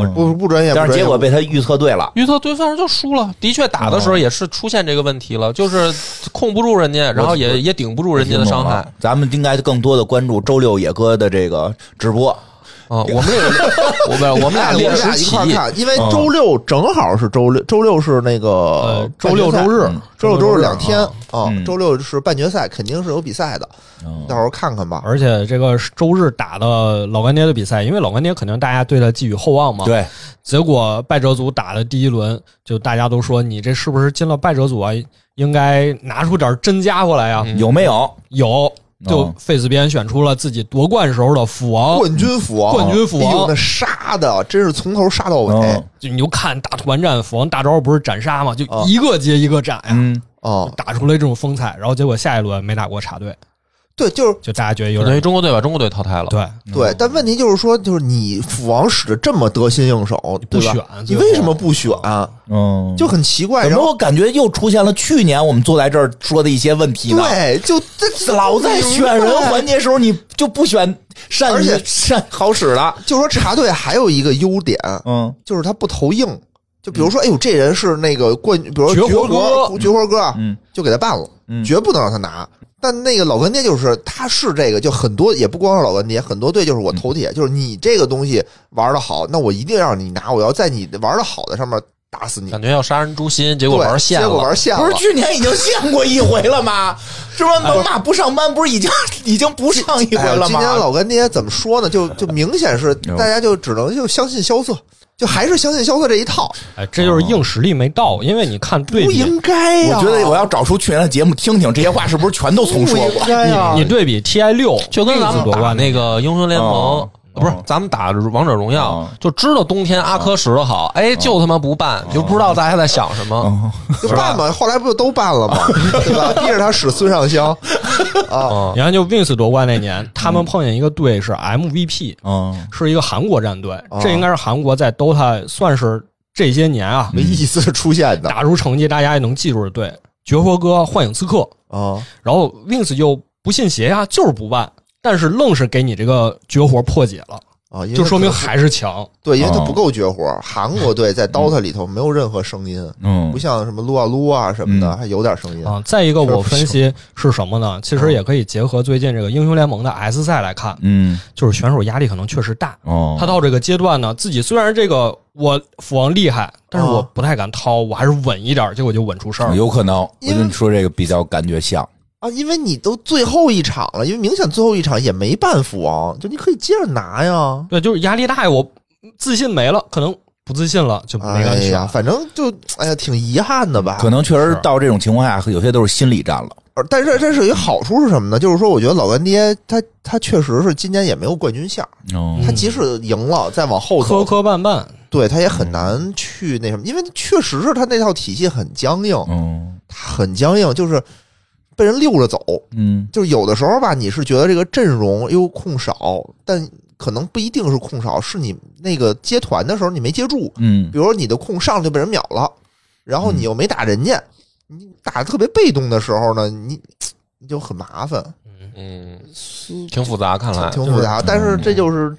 S2: 嗯，
S3: 不不专业。
S2: 但
S3: 不
S2: 是
S3: 专业
S2: 结果被他预测对了。
S1: 预测对方就输了。的确打的时候也是出现这个问题了，就是控不住人家，然后也也顶不住人家的伤害
S2: 啊。咱们应该更多的关注周六野哥的这个直播。啊
S1: 嗯，我们俩我们我们俩
S3: 哎我
S1: 临
S3: 们
S1: 时
S3: 俩一
S1: 起
S3: 块儿
S1: 意，
S3: 看，因为周六正好是周六，周六是那个
S4: 嗯呃，周六
S3: 哦半决赛
S4: 周日
S2: 嗯，
S3: 周六周日两天
S4: 啊
S3: 啊
S2: 嗯，
S3: 周六是半决赛，肯定是有比赛的，到时候看看吧。
S4: 而且这个周日打的老干爹的比赛，因为老干爹肯定大家对他寄予厚望嘛。。
S2: 对，
S4: 结果败者组打的第一轮，就大家都说你这是不是进了败者组啊？应该拿出点真家伙来啊！
S1: 嗯
S2: 有没有？
S4: 有，就
S2: 哦
S4: 费斯边选出了自己夺冠时候的斧王，
S3: 冠军服啊，
S4: 冠军服啊
S3: 哎呦，那杀的真是从头杀到尾
S2: 嗯
S4: 就你就看大团战，斧王大招不是斩杀嘛，就
S3: 啊
S4: 一个接一个斩呀、
S2: 嗯，
S3: 啊！
S4: 打出来这种风采。然后结果下一轮没打过插队，
S3: <laughs> 对，就是
S4: 就大家觉得有
S1: 等
S4: 点
S1: 于中国队把中国队淘汰了。
S4: 对，
S2: 嗯
S3: 对，但问题就是说，就是你斧王使的这么得心应手，对吧
S4: 不选
S3: 你
S4: 最后
S3: 为什么不选？啊
S2: 嗯，
S3: 就很奇怪。
S2: 怎
S3: 然
S2: 么
S3: 后
S2: 我感觉又出现了去年我们坐在这儿说的一些问题呢？
S3: 对，就这
S2: 老在选人环节时候你就不选善
S3: 而
S2: 于
S3: 且
S2: 善好使的，
S3: 就说茶队还有一个优点，
S2: 嗯
S3: 就是他不投硬。就比如说，哎呦，这人是那个冠，比如说
S4: 绝活
S3: 活绝活哥，
S2: 嗯，
S3: 就给他办了，
S2: 嗯
S3: 绝不能让他拿。但那个老干爹就是，他是这个，就很多也不光是老干爹，很多队就是我头
S2: 嗯
S3: 铁，就是你这个东西玩的好，那我一定让你拿，我要在你玩的好的上面打死你。
S1: 感觉要杀人诛心，啊结
S3: 结
S1: 果玩线
S3: 结果
S1: 了
S3: 玩。线了，
S2: 不是去年已经见过一回了吗？
S3: <laughs>
S2: 是吧？猛犸不上班，不是已经已经不上一回
S3: 哎哎呀
S2: 了
S3: 今年
S2: 吗？
S3: 老干爹怎么说呢？就就明显是
S2: 嗯
S3: 大家就只能就相信萧瑟，就还是相信萧瑟这一套，
S4: 哎，这就是硬实力没到，因为你看对
S3: 不
S4: 比，
S3: 应该
S4: 哎
S2: 我
S3: 呀、
S2: 觉得我要找出去年的节目听听，这些话是不是全都重说
S3: 不
S2: 过
S3: 应？
S4: 哎
S3: 该呀、
S4: 你对比 TI 六，
S1: 就跟咱
S4: 次
S1: 们
S4: 夺
S1: 打
S4: 冠
S1: 那个英雄联盟
S2: 哦，
S1: 呃不是
S2: 哦
S1: 咱们打王者荣耀
S2: 哦，
S1: 就知道冬天阿珂石头好，哎，就他妈不办，就不知道大家在想什么。
S2: 嗯
S3: 就办吧，后来不就都办了
S4: <laughs>
S3: 吗？对吧？逼着他使孙尚香啊，
S2: 哦
S4: 你看就 Wings 夺冠那年，他们碰见一个队是 MVP，
S2: 嗯，
S4: 是一个韩国战队
S3: 哦，
S4: 这应该是韩国在 DOTA 算是这些年啊
S3: 唯一一次出现的
S4: 打出成绩，大家也能记住的队，绝活哥、幻影刺客，
S3: 啊，
S4: 然后 Wings 就不信邪呀、就是不办，但是愣是给你这个绝活破解了，
S3: 啊，因为
S4: 就说明啊
S3: 他
S4: 还是强。
S3: 对，因为他
S2: 哦
S3: 不够绝活。韩国队在 DOTA 里头没有任何声音，
S2: 嗯
S3: 不像什么撸啊撸啊什么的，
S2: 嗯
S3: 还有点声音。
S4: 啊，再一个，我分析是什么呢？其实也可以结合最近这个英雄联盟的 S 赛来看，
S2: 嗯
S4: 就是选手压力可能确实大。
S2: 哦
S4: 他到这个阶段呢，自己虽然这个我斧王厉害，但是我
S3: 啊
S4: 不太敢掏，我还是稳一点，结果就稳出事
S3: 哎
S4: 儿了。
S2: 有可能，我
S3: 因为
S2: 跟你说这个比较感觉像，
S3: 啊，因为你都最后一场了，因为明显最后一场也没办斧王，就你可以接着拿呀。
S4: 对，就是压力大，我自信没了，可能不自信了，就没啊
S3: 哎
S4: 敢选。
S3: 呀，反正就哎呀，挺遗憾的吧。
S4: 啊
S2: 可能确实到这种情况下，有些都是心理战了。
S3: 而但是这是一个好处是什么呢？就是说，我觉得老干爹他他确实是今年也没有冠军相，
S2: 哦
S3: 他即使赢了，再往后
S4: 磕
S3: 走，
S4: 磕绊绊，
S3: 对他也很难去那什么，因为确实是他那套体系很僵硬，
S2: 嗯
S3: 他很僵硬，就是被人溜着走。
S2: 嗯
S3: 就是有的时候吧，你是觉得这个阵容又空少，但可能不一定是空少，是你那个接团的时候你没接住，
S2: 嗯
S3: 比如说你的空上来就被人秒了，然后你又没打人家，你打的特别被动的时候呢，你你就很麻烦，
S1: 嗯，挺复杂，看来
S3: 挺复杂。但是这就是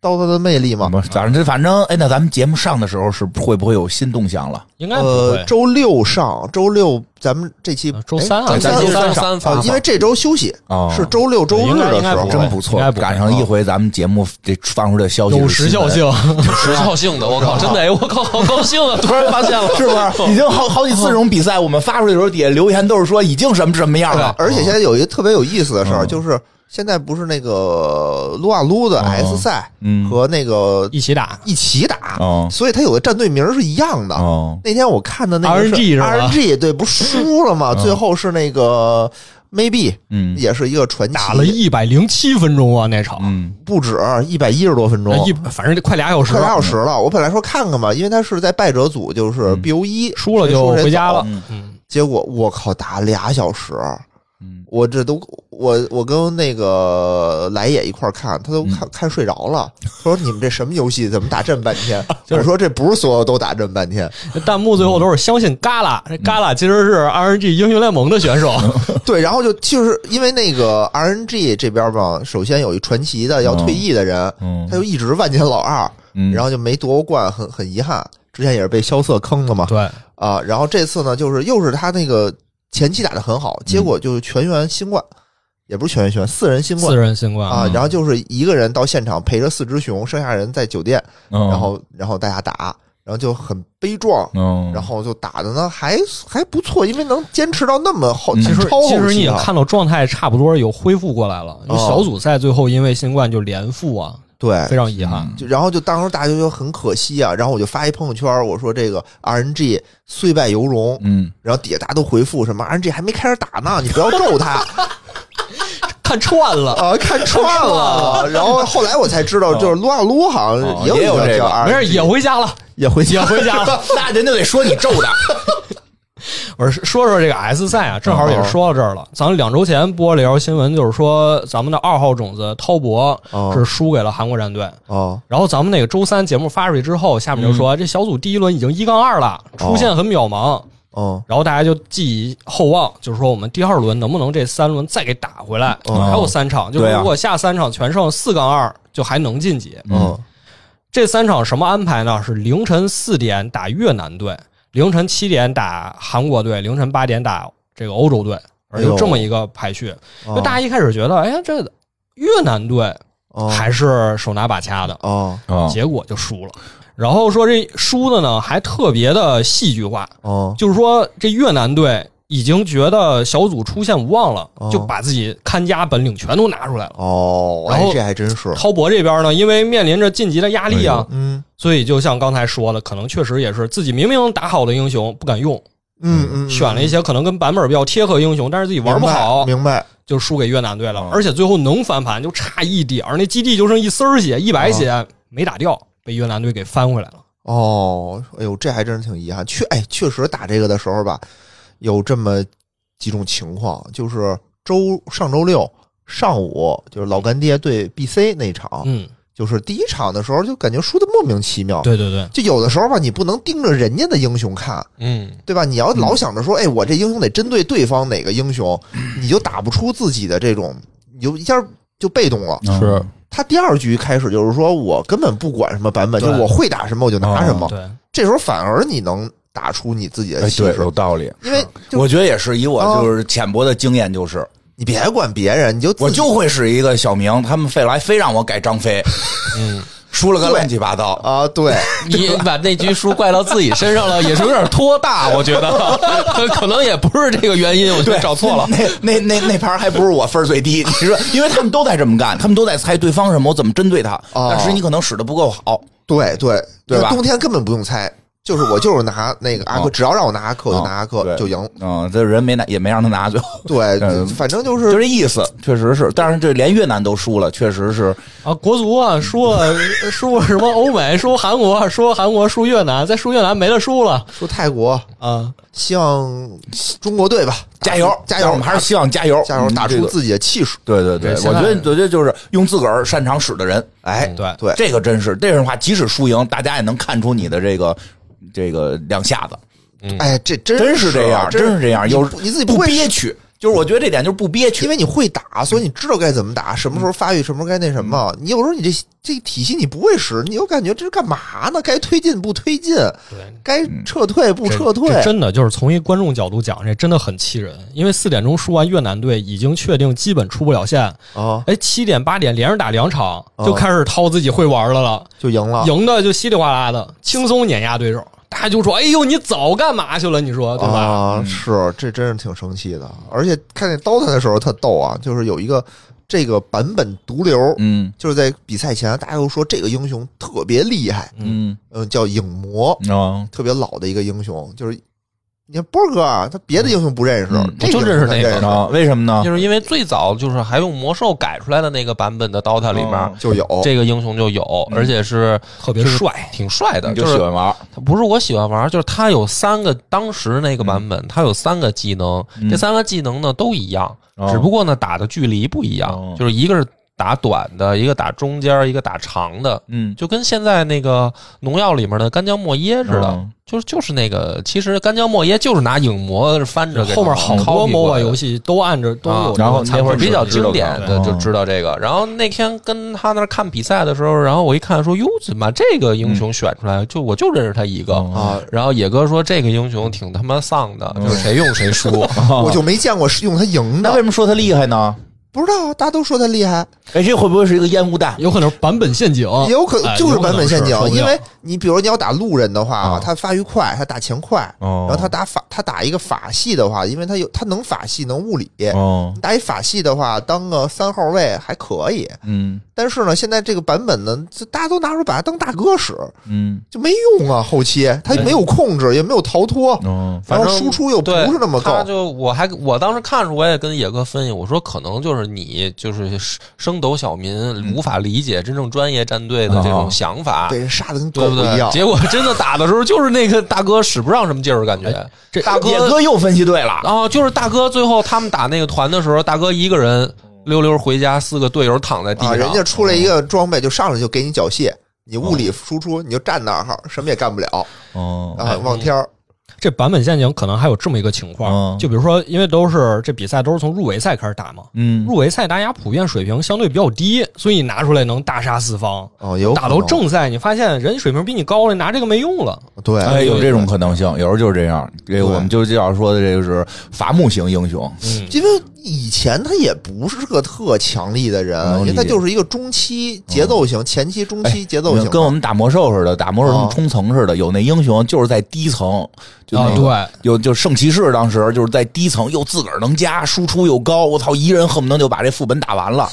S3: 刀它的魅力嘛。
S2: 不，反正反正，哎，那咱们节目上的时候是会不会有新动向了？
S4: 应该不会。
S3: 呃，周六上，周六咱们这期
S4: 呃周三啊
S3: 哎
S1: 咱
S3: 咱
S1: 咱
S3: 周
S1: 周
S3: 三
S1: 三
S3: 上
S1: 上发
S3: 啊
S1: 吧
S3: 因为这周休息
S2: 哦
S3: 是周六周日的时候
S4: 应该，
S2: 真
S4: 不
S2: 不
S4: 应该
S2: 错，
S4: 不会
S2: 赶上一回咱们节目这放出来的消息
S4: 有
S2: 是
S4: 时
S2: 新闻
S4: 效性，
S1: 时效性的，我靠，真的，哎，我靠，好高兴
S2: <laughs>
S1: 啊！突然发现了，
S2: 是不
S4: <laughs>
S2: 是？已经好好几次这种比赛，我们发出去的时候，底下留言都是说已经什么什么样了。
S3: 而且现在有一个特别有意思的事儿，
S2: 嗯
S3: 就是现在不是那个撸啊撸的
S4: 哦
S2: 嗯
S3: S 赛
S2: 嗯
S3: 和那个
S4: 一起打。
S3: 一起打，
S2: 哦
S3: 所以它有的战队名儿是一样的。
S2: 哦
S3: 那天我看的那个
S4: RNG 是吧嗯
S3: RNG 对，不是输了吗？最后是那个 Maybe，
S2: 嗯
S3: 也是一个传奇，
S4: <laughs> 打了一百零七分钟啊，那场、
S2: 嗯
S3: 不止一百一十多分钟，
S4: 一反正得快俩小时
S3: 快，俩小时了。我本来说看看吧，因为他是在败者组，就是 BO 一
S4: 嗯输了就回家了。
S2: 谁走
S4: 嗯，
S3: 结果我靠，打俩小时，
S2: 嗯
S3: 我这都我我跟那个来也一块儿看，他都
S4: 嗯
S3: 看、看睡着了。他说你们这什么游戏，怎么打这么半
S4: <laughs>
S3: 天？我说这不是所有都打这么半天，
S4: 那 <laughs> 弹幕最后都是相信嘎啦，这嘎啦其实是 RNG 英雄联盟的选手，
S3: 对，然后就就是因为那个 RNG 这边吧，首先有一传奇的要退役的人，
S2: 嗯
S3: 他就一直万年老二，
S2: 嗯
S3: 然后就没夺过冠，很很遗憾。之前也是被萧瑟坑的嘛，
S4: 对，
S3: 啊，然后这次呢，就是又是他那个前期打的很
S4: 嗯
S3: 好，结果就是全员新冠，也不是全员新冠，四人新
S4: 四
S3: 冠
S4: 人新冠
S3: 啊，然后就是一个人到现场陪着四只熊，剩下人在酒店，
S4: 哦
S2: 嗯
S3: 然后然后大家打，然后就很悲壮。
S2: 嗯
S3: 然后就打的呢，还还不错，因为能坚持到那么后，
S2: 嗯
S4: 其实
S3: 超后
S4: 其实你
S3: 期
S4: 也
S3: 啊
S4: 看到状态差不多有恢复过来了，因为
S3: 哦
S4: 小组赛最后因为新冠就连负啊，
S3: 对
S4: 非，常遗憾。
S3: 就然后就当时大家就很可惜啊，然后我就发一朋友圈，我说这个 RNG 虽败犹荣，
S2: 嗯
S3: 然后底下大家都回复什么 RNG 还没开始打呢，你不要咒他，
S4: 看串了，
S3: 啊，看串了。然后后来我才知道，就是撸啊撸好像
S2: 哦
S3: 也
S2: 也有
S3: 一
S2: 这
S3: 叫
S2: 个
S3: R，
S4: 没事也回家了。
S3: 也回
S4: <laughs> 也回
S3: <laughs>
S4: 家了。
S2: 那人家得说你咒的，
S4: 我说说说这个 S 赛啊，正好
S2: 哦
S4: 也说到这儿了。咱们两周前播了一条新闻，就是说咱们的二号种子滔博
S3: 哦
S4: 是输给了韩国战队。
S3: 哦
S4: 然后咱们那个周三节目发出去之后，下面就
S2: 嗯
S4: 说、这小组第一轮已经一杠二了，出现很渺茫。
S3: 哦
S4: 然后大家就寄以厚望，就是说我们第二轮能不能这三轮再给打回来？还有三场，就是
S2: 哦对啊
S4: 如果下三场全胜四杠二，就还能晋级。
S2: 嗯
S3: 哦
S4: 这三场什么安排呢？是凌晨四点打越南队，凌晨七点打韩国队，凌晨八点打这个欧洲队，
S3: 哎
S4: 而就这么一个排序。就大家一开始觉得，哎呀，这越南队
S3: 哦
S4: 还是手拿把掐的，
S3: 哦
S2: 哦
S4: 结果就输了。然后说这输的呢还特别的戏剧化，
S3: 哦
S4: 就是说这越南队已经觉得小组出现无望了
S3: 哦，
S4: 就把自己看家本领全都拿出来了。
S3: 哦，
S4: 然
S3: 哎，
S4: 后
S3: 这还真是，
S4: 滔博这边呢，因为面临着晋级的压力啊，
S3: 嗯
S4: 所以就像刚才说的，可能确实也是自己明明打好的英雄不敢用，
S3: 嗯嗯，
S4: 选了一些可能跟版本比较贴合英雄，但是自己玩不好，
S3: 明白？
S4: 就输给越南队了
S2: 嗯。
S4: 而且最后能翻盘就差一点儿，那基地就剩一丝儿血，一百
S3: 嗯
S4: 血没打掉，被越南队给翻回来了。
S3: 哦，哎呦，这还真是挺遗憾。确，哎，确实打这个的时候吧，有这么几种情况，就是周上周六上午，就是老干爹对 BC 那场，
S4: 嗯，
S3: 就是第一场的时候，就感觉输的莫名其妙。
S4: 对对对，
S3: 就有的时候吧，你不能盯着人家的英雄看，
S1: 嗯，
S3: 对吧？你要老想着说，
S2: 嗯
S3: 哎，我这英雄得针对对方哪个英雄，你就打不出自己的这种，你就一下就被动了。
S2: 是
S3: 他第二局开始就是说我根本不管什么版本，就
S4: 对
S3: 是我会打什么我就拿什么。
S4: 对，
S3: 这时候反而你能打出你自己的
S2: 哦哎，
S3: 气
S2: 对，
S3: 势
S2: 有，道理。
S3: 因为就
S2: 我觉得也是，以我
S3: 啊
S2: 就是浅薄的经验，就是
S3: 你别管别人，你就自己
S2: 我就会使一个小名，他们费来非让我改张飞，
S1: 嗯，
S2: 输了个乱七八糟。
S3: <laughs> 啊，对，
S1: 你把那局输怪到自己身上了，也是有点拖大，我觉得 <laughs> 可能也不是这个原因，我觉
S2: 对
S1: 得，找错了。
S2: 那那那那盘还不是我分儿最低，你说，因为他们都在这么干，他们都在猜对方什么，我怎么针对他。
S3: 哦
S2: 但是你可能使的不够好，
S3: 对对
S2: 对吧
S3: 因为冬天根本不用猜，就是我就是拿那个阿克，
S2: 哦
S3: 只要让我拿阿克，我就拿阿
S2: 哦对
S3: 克就赢。
S2: 嗯，这人没拿，也没让他拿，最后
S3: 对
S2: 嗯，
S3: 反正就
S2: 就是这意思，确实是。但是这连越南都输了，确实是
S4: 啊，国足啊，输 <laughs> 了输了什么欧美，输韩国，输韩国，输越南，再输越南没了输了
S3: 说泰国，
S4: 啊！
S3: 希望中国队吧，
S2: 加油
S3: 加
S2: 但
S3: 油，
S2: 我们还是希望加油
S3: 加油，
S2: 嗯
S3: 打
S2: 这
S3: 出
S2: 个
S3: 自己的气数。
S2: 对对对，
S4: 对
S2: 我
S4: 现
S2: 觉
S4: 在
S2: 得我觉得就是用自个儿擅长使的人，
S3: 哎，
S4: 嗯对
S3: 对，
S2: 这个真是这样的话，即使输赢，大家也能看出你的这个这个两下子，
S3: 哎，这真
S2: 嗯真是这样，
S3: 啊
S2: 真是这样，
S3: 你
S2: 有
S3: 不你自己
S2: 不
S3: 会
S2: 憋屈，嗯就是我觉得这点就是不憋
S3: 因
S2: 屈。
S3: 为你会打，所以你知道该怎么打，什么时候发育，什么时候该那什么。
S2: 嗯
S3: 你有时候你这这体系你不会使，你又感觉这是干嘛呢？该推进不推进，
S4: 对，
S3: 该
S2: 嗯
S3: 撤退不
S4: 这
S3: 撤退
S4: 这。真的就是从一观众角度讲，这真的很气人。因为四点钟输完越南队，已经确定基本出不了线。
S3: 啊，
S4: 哎，七点八点连着打两场，
S3: 哦
S4: 就开始掏自己会玩的了，
S3: 就赢了。
S4: 赢的就稀里哗啦的，轻松碾压对手。大家就说：“哎呦，你早干嘛去了？”你说对吧？
S3: 啊，
S2: 嗯
S3: 是，这真是挺生气的。而且看见刀 o 的时候特逗啊，就是有一个这个版本毒瘤，
S2: 嗯
S3: 就是在比赛前大家都说这个英雄特别厉害，
S2: 嗯
S3: 嗯，叫影魔，
S2: 啊，
S3: 特别老的一个英雄，就是。你看波哥啊，他别的英雄不认识，
S2: 嗯
S3: 这
S1: 我就认识
S3: 他
S1: 那个
S3: 认
S2: 啊为什么呢？
S1: 就是因为最早就是还用魔兽改出来的那个版本的 DOTA 里面
S2: 嗯，
S3: 就有
S1: 这个英雄就有，而且是
S4: 特别
S1: 就是
S4: 帅，嗯
S1: 挺帅的，
S2: 你
S1: 就
S2: 嗯就喜
S1: 是
S2: 欢玩，
S1: 他不是我喜欢玩，就是他有三个，当时那个
S4: 嗯
S1: 版本他有三个技能，
S2: 嗯
S1: 这三个技能呢都一样，
S2: 哦
S1: 只不过呢打的距离不一样
S2: 哦，
S1: 就是一个是打短的，一个打中间，一个打长的，
S2: 嗯，
S1: 就跟现在那个农药里面的干姜末耶似的
S2: 哦，
S1: 就是就是那个，其实干姜末耶就是拿影魔翻着给
S4: 后面好多
S1: copy 过
S4: MOBA
S1: 来的
S4: 游戏都按着都
S1: 啊
S4: 有这个残酷
S2: 然后那
S4: 设计。
S2: 会儿
S1: 比较经典的
S3: 哦
S2: 嗯
S1: 就知道这个。然后那天跟他那儿看比赛的时候，然后我一看说：“哟，怎么这个英
S3: 嗯
S1: 雄选出来就我就认识他一个。”
S2: 啊，
S3: 啊，
S1: 然后野哥说：“这个英雄挺他妈丧的，
S3: 哦
S2: 嗯
S1: 就是谁用谁输。
S3: 我就没见过是用他赢
S2: 那为，
S3: 的
S2: 什么说他厉害呢？
S3: 不知道啊，大家都说他厉害，
S2: 哎，这会不会是一个烟雾弹？
S4: 有可能是版本陷阱，
S3: 也有可能
S4: 哎
S3: 就是
S4: 有可
S3: 版
S4: 能
S3: 本陷阱
S4: 是受，不
S3: 因
S4: 了
S3: 为你比如你要打路人的话
S2: 啊，
S3: 他发育快，他打钱快，
S2: 哦
S3: 然后他打法他打一个法系的话，因为他有他能法系能物理，
S2: 哦，
S3: 打一法系的话当个三号位还可以，
S2: 嗯
S3: 但是呢，现在这个版本呢，就大家都拿出把它当大哥使，
S2: 嗯，
S3: 就没用啊，后期他没有控制，也没有逃脱，
S2: 哦”
S1: 反
S3: 然
S1: 正
S3: 后输出又不
S1: 对
S3: 是那么
S1: 他
S3: 高，
S1: 就我还我当时看着我也跟野哥分析，我说可能就是你就是升斗小
S3: 嗯
S1: 民无法理解真正专业战队的这种
S2: 哦
S1: 想法，
S3: 啊被人杀的跟
S1: 对
S3: 狗
S1: 不
S3: 一
S1: 对？
S3: 样。
S1: 结果真的打的时候，就是那个大哥使不上什么劲儿，感
S3: 哎
S1: 觉
S4: 这
S1: 大哥
S2: 野哥又分析对了，
S1: 然后就是大哥最后他们打那个团的时候，大哥一个人溜溜回家，四个队友躺在地
S3: 啊，
S1: 上，
S3: 人家出来一个装备就上来就给你缴械，你物理输出你就站那儿哈，什么也干不了
S2: 哦
S3: 啊，望天儿
S4: 这版本陷阱可能还有这么一个情况，
S2: 嗯
S4: 就比如说，因为都是这比赛都是从入围赛开始打嘛，
S2: 嗯
S4: 入围赛大家普遍水平相对比较低，所以你拿出来能大杀四方。
S3: 哦，有
S4: 打到正赛，你发现人家水平比你高了，你拿这个没用了。
S3: 对，
S2: 哎，有这种可能性，有时候就是这样。这个我们就要说的，这个是伐木型英雄。
S4: 嗯，
S3: 因为以前他也不是个特强力的人，
S2: 能
S3: 因
S2: 理
S3: 为
S2: 解嗯哎
S3: 他就是一个中期节奏型、前期中期节奏型的，
S2: 跟我们打魔兽似的，打魔兽跟
S3: 哦
S2: 冲层似的，有那英雄就是在低层，就
S4: 啊
S2: 那，个
S4: 对，
S2: 有就圣骑士当时就是在低层又自个儿能加，输出又高，我操，一人恨不能就把这副本打完了，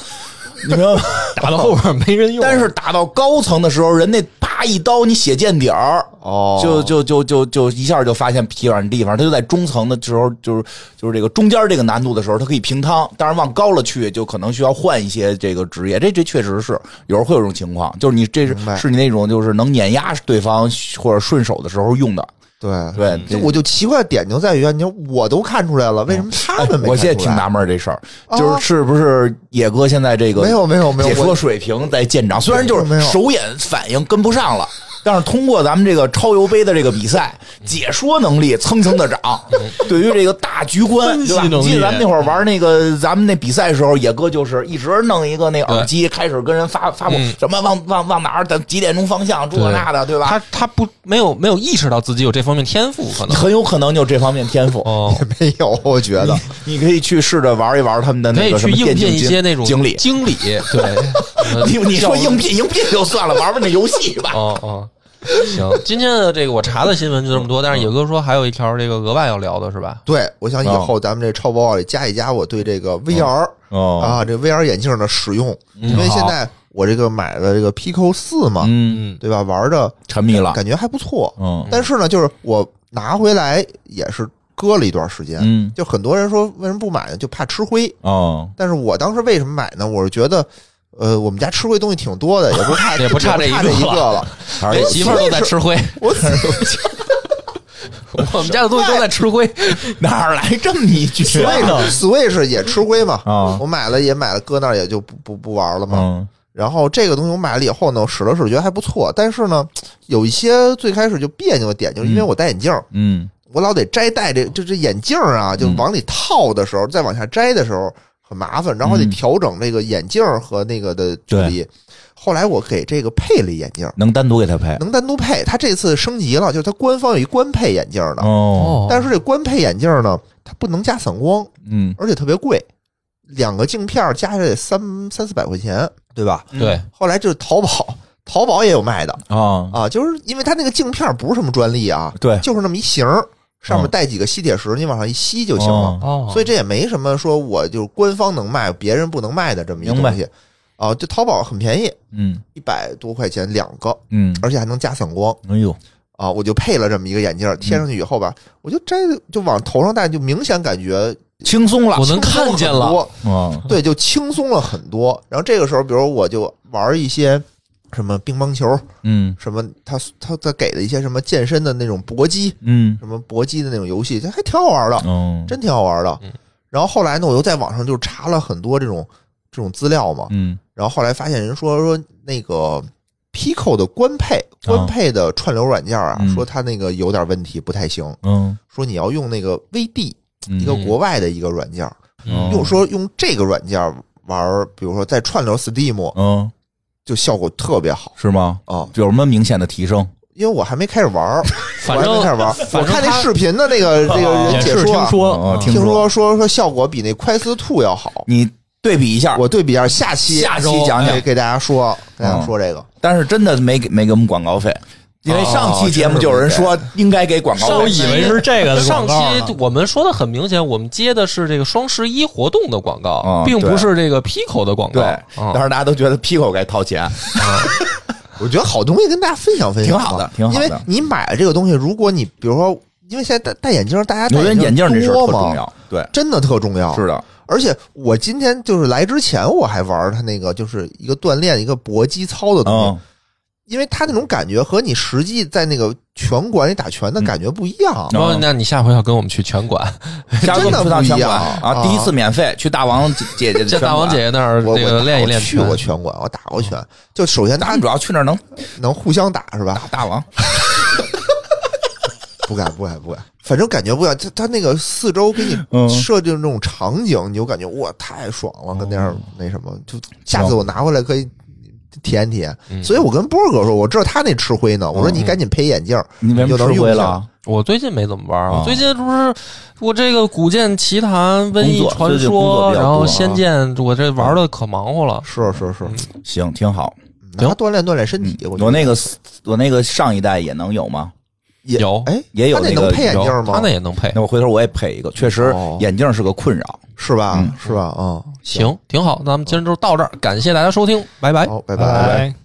S2: 你明白吗？
S4: 打到后边没人用。
S2: 但是打到高层的时候，人那啪一刀你血见底儿，
S3: 哦，
S2: 就就就就就一下就发现疲软地方，他就在中层的时候，就是就是这个中间这个难度的时候，他可以平摊，当然往高了去就可能需要换一些这个职业，这这确实是有时候会有这种情况，就是你这是
S3: 明白
S2: 是你那种就是能碾压对方或者顺手的时候用的，
S3: 对。
S2: 对，
S3: 嗯就
S2: 这
S3: 我就奇怪的点就在于啊，你说我都看出来了，为什么他们没看出来？
S2: 嗯哎我现在挺纳闷儿这事儿，就
S3: 哦
S2: 是是不是野哥现在这个
S3: 没有没有没有
S2: 解
S3: 我
S2: 说水平在见长，虽然就
S3: 没有
S2: 是手眼反应跟不上了。但是通过咱们这个超游杯的这个比赛，解说能力蹭蹭的涨。
S3: 嗯
S2: 对于这个大局观，
S4: 分析
S2: 对吧？
S4: 能力
S2: 记得咱们那会儿玩那个咱们那比赛的时候，野哥就是一直弄一个那耳机，开始跟人发发布
S1: 嗯
S2: 什么往往往哪儿，咱几点钟方向，这那的，对吧？
S1: 啊他他不没有没有意识到自己有这方面天赋，可能
S2: 很有可能就这方面天赋。
S1: 哦，
S3: 没有，我觉得
S2: 你可以去试着玩一玩他们的
S1: 嗯可
S2: 那
S1: 以
S2: 个什
S1: 去
S2: 么
S1: 应
S2: 电竞
S1: 聘一些
S2: 经
S1: 那种 <laughs>
S2: 经理，
S1: 经
S3: <laughs>
S1: 理，对，呃
S2: 你你
S1: 教
S2: 说应聘应聘就算了，玩玩那游戏吧。
S1: 哦哦。行，今天的这个我查的新闻就这么多，但是野哥说还有一条这个额外要聊的是吧？
S3: <laughs> 对，我想以
S2: 嗯
S3: 后咱们这超播报里加一加我对这个 VR
S2: 哦
S3: 啊，这 VR 眼镜的使用，因为现在我这个买的这个 Pico 四嘛，
S2: 嗯，
S4: 嗯，
S3: 对吧？玩着
S2: 沉迷了，
S3: 感觉还不错，
S2: 嗯
S3: 但是呢，就是我拿回来也是搁了一段时间。
S2: 嗯
S3: 就很多人说为什么不买呢？就怕吃灰。
S4: 嗯
S2: 哦，
S3: 但是我当时为什么买呢？我是觉得，呃，我们家吃灰东西挺多的，也不差
S1: <laughs> 也不差
S3: 这
S1: 这一个
S3: 一个了。
S2: 还
S1: 连
S2: 是
S1: 媳妇儿都在吃
S3: <laughs>
S1: 灰，<laughs>
S3: 我自己
S1: 我们家的东西都在吃灰。
S2: 哪儿来这么一句
S1: 啊
S3: Switch Switch 也吃灰嘛，
S2: 啊
S3: 我买了也买了，搁那儿也就不不不玩了嘛。
S2: 嗯
S3: 然后这个东西我买了以后呢，我使了使觉得还不错，但是呢，有一些最开始就别扭的点，就是因为我戴眼镜儿，
S2: 嗯
S3: 我老得摘戴这就这眼镜儿啊，就
S1: 嗯
S3: 往里套的时候，再往下摘的时候很麻烦，然后得
S2: 嗯
S3: 调整这个眼镜儿和那个的距离。后来我给这个配了一眼镜儿，
S2: 能单独给他配
S3: 能单独配。它这次升级了，就是它官方有一官配眼镜儿的，
S2: 哦，
S3: 但是这官配眼镜儿呢，它不能加散光，
S2: 嗯
S3: 而且特别贵，两个镜片儿加起来得三三四百块钱，对吧？
S1: 对，
S3: 后来就是淘宝，淘宝也有卖的
S2: 啊，
S3: 啊，就是因为它那个镜片儿不是什么专利啊，
S2: 对，
S3: 就是那么一型儿，上面
S2: 嗯
S3: 带几个吸铁石，你往上一吸就
S2: 就
S3: 行了。
S4: 哦，
S3: 所以这也没什么说我就是官方能卖，别人不能卖的这么一个
S2: 明白
S3: 东西啊。就淘宝很便宜，
S2: 嗯
S3: 一百多块钱两个，
S2: 嗯，
S3: 而且还能加散光
S2: 哎呦，
S3: 啊。我就配了这么一个眼镜儿，贴上去以后吧，
S1: 嗯
S3: 我就摘就往头上戴，就明显感觉
S2: 轻松了
S1: 我能看见了嗯
S3: 轻松很多。
S2: 啊，
S3: 对，就轻松了很多。然后这个时候，比如我就玩一些什么乒乓球，
S2: 嗯
S3: 什么他他他给的一些什么健身的那种搏击，
S2: 嗯
S3: 什么搏击的那种游戏，这还挺好玩的，
S2: 嗯，
S3: 真挺好玩的
S1: 嗯。
S3: 然后后来呢，我又在网上就查了很多这种这种资料嘛，
S2: 嗯
S3: 然后后来发现人说说那个 Pico 的官配
S1: 哦
S3: 官配的串流软件啊，
S2: 嗯
S3: 说它那个有点问题，不太行，
S2: 嗯
S3: 说你要用那个 VD
S2: 嗯
S3: 一个国外的一个软件，
S2: 嗯
S3: 用说用这个软件玩儿，比如说在串流 Steam
S2: 嗯
S3: 就效果特别好
S2: 是吗？
S3: 啊、
S2: 有什么明显的提升？
S3: 因为我还没开始
S2: <laughs>
S3: 玩儿，
S1: 反
S3: 我还没
S1: 正
S3: 开始玩儿，
S1: 反正
S3: 我看那
S1: 他
S3: 视频的那个
S2: 哦
S3: 那个
S4: 也
S3: 人解
S4: 是
S3: 说
S4: 听
S3: 啊，
S4: 说
S2: 嗯
S4: 嗯
S2: 听
S3: 听说说说效果比那 Quest Two 要好。
S2: 你对比一下，
S3: 我对比一下，下期
S2: 下周
S3: 期讲
S2: 哎嗯
S3: 给给大家说，给大家说这个，
S2: 但是真的没给没给我们广告费，因为上期节目就有人说应该给广告
S4: 我
S2: 费
S4: 以为是这个的
S1: 上
S4: 广
S1: 期
S4: 告呢
S1: 我们说的很明显，我们接的是这个双十一活动的广告，
S2: 嗯
S1: 并
S2: 对
S1: 不是这个 Pico 的广告。
S2: 对，
S1: 嗯
S2: 当时大家都觉得 Pico 该掏钱，
S3: 我觉得好东西跟大家分享分享吧，
S2: 挺好的挺好的
S3: 因为你买了这个东西，如果你比如说，因为现在戴戴眼镜，大家
S2: 我
S3: 戴
S2: 觉得眼镜这事儿
S3: 多
S2: 特
S3: 嘛
S2: 重，要，对，
S3: 真的特重要。
S2: 是的，
S3: 而且我今天就是来之前，我还玩他那个就是一个锻炼一个搏击操的东西，
S2: 嗯
S3: 因为他那种感觉和你实际在那个拳馆里打拳的感觉不一样。啊
S1: 然后，那你下回要跟我们去拳馆，
S2: <laughs> 下次我们去趟拳
S3: 真的不一
S2: 馆
S3: 样
S2: 啊，
S3: 啊
S2: 第一次免费去大 <laughs> 王姐姐的
S1: 在
S2: 拳馆
S1: 大王姐，姐那儿
S3: 我
S1: 这个
S3: 我
S1: 练一练
S3: 我去
S1: 拳
S3: 过拳馆，我打过拳，就首先
S2: 他
S3: 大
S2: 们
S3: 家
S2: 主要去那儿 <laughs> 能
S3: 能互相打是吧
S2: 打？大王，
S3: 不敢不敢不敢，反正感觉不一样。他他那个四周给
S2: 嗯
S3: 你设定那种场景，你就感觉哇太爽了，跟那样那什么，就下次我拿回来可以体验体验。
S1: 嗯
S3: 所以我跟波儿哥说，我知道他那吃灰呢，我说你赶紧配眼镜儿，
S2: 你为什么
S3: 就能
S2: 吃
S3: 用
S2: 亏
S3: 上
S2: 了？？
S1: 我最近没怎么玩儿，
S2: 啊
S1: 我最近不是我这个《古剑奇谭》《瘟疫
S2: 工作
S1: 传
S2: 最近工作
S1: 说
S2: 比》，较
S1: 然
S2: 多
S1: 后《
S2: 啊
S1: 仙剑》，我这玩的可忙活了。
S3: 是是
S1: 嗯
S3: 是，
S2: 行，挺好。
S3: 拿它锻炼锻炼身体。我觉
S2: 我嗯
S3: 得
S2: 那个我那个上一代也能有吗？
S3: 也
S1: 有
S3: 哎，
S2: 也有
S3: 他
S2: 那
S3: 那
S2: 个
S3: 能配眼镜
S1: 有
S3: 儿吗？
S1: 他那也能配
S2: 那，我回头我也配一个，确实
S3: 哦
S2: 眼镜是个困扰。
S3: 是吧
S2: 嗯？
S3: 是吧？啊，
S1: 行，挺好。那咱们今儿就到这儿，感谢大家收听，拜拜。
S3: 好，拜
S4: 哎拜
S3: 拜。
S4: 拜。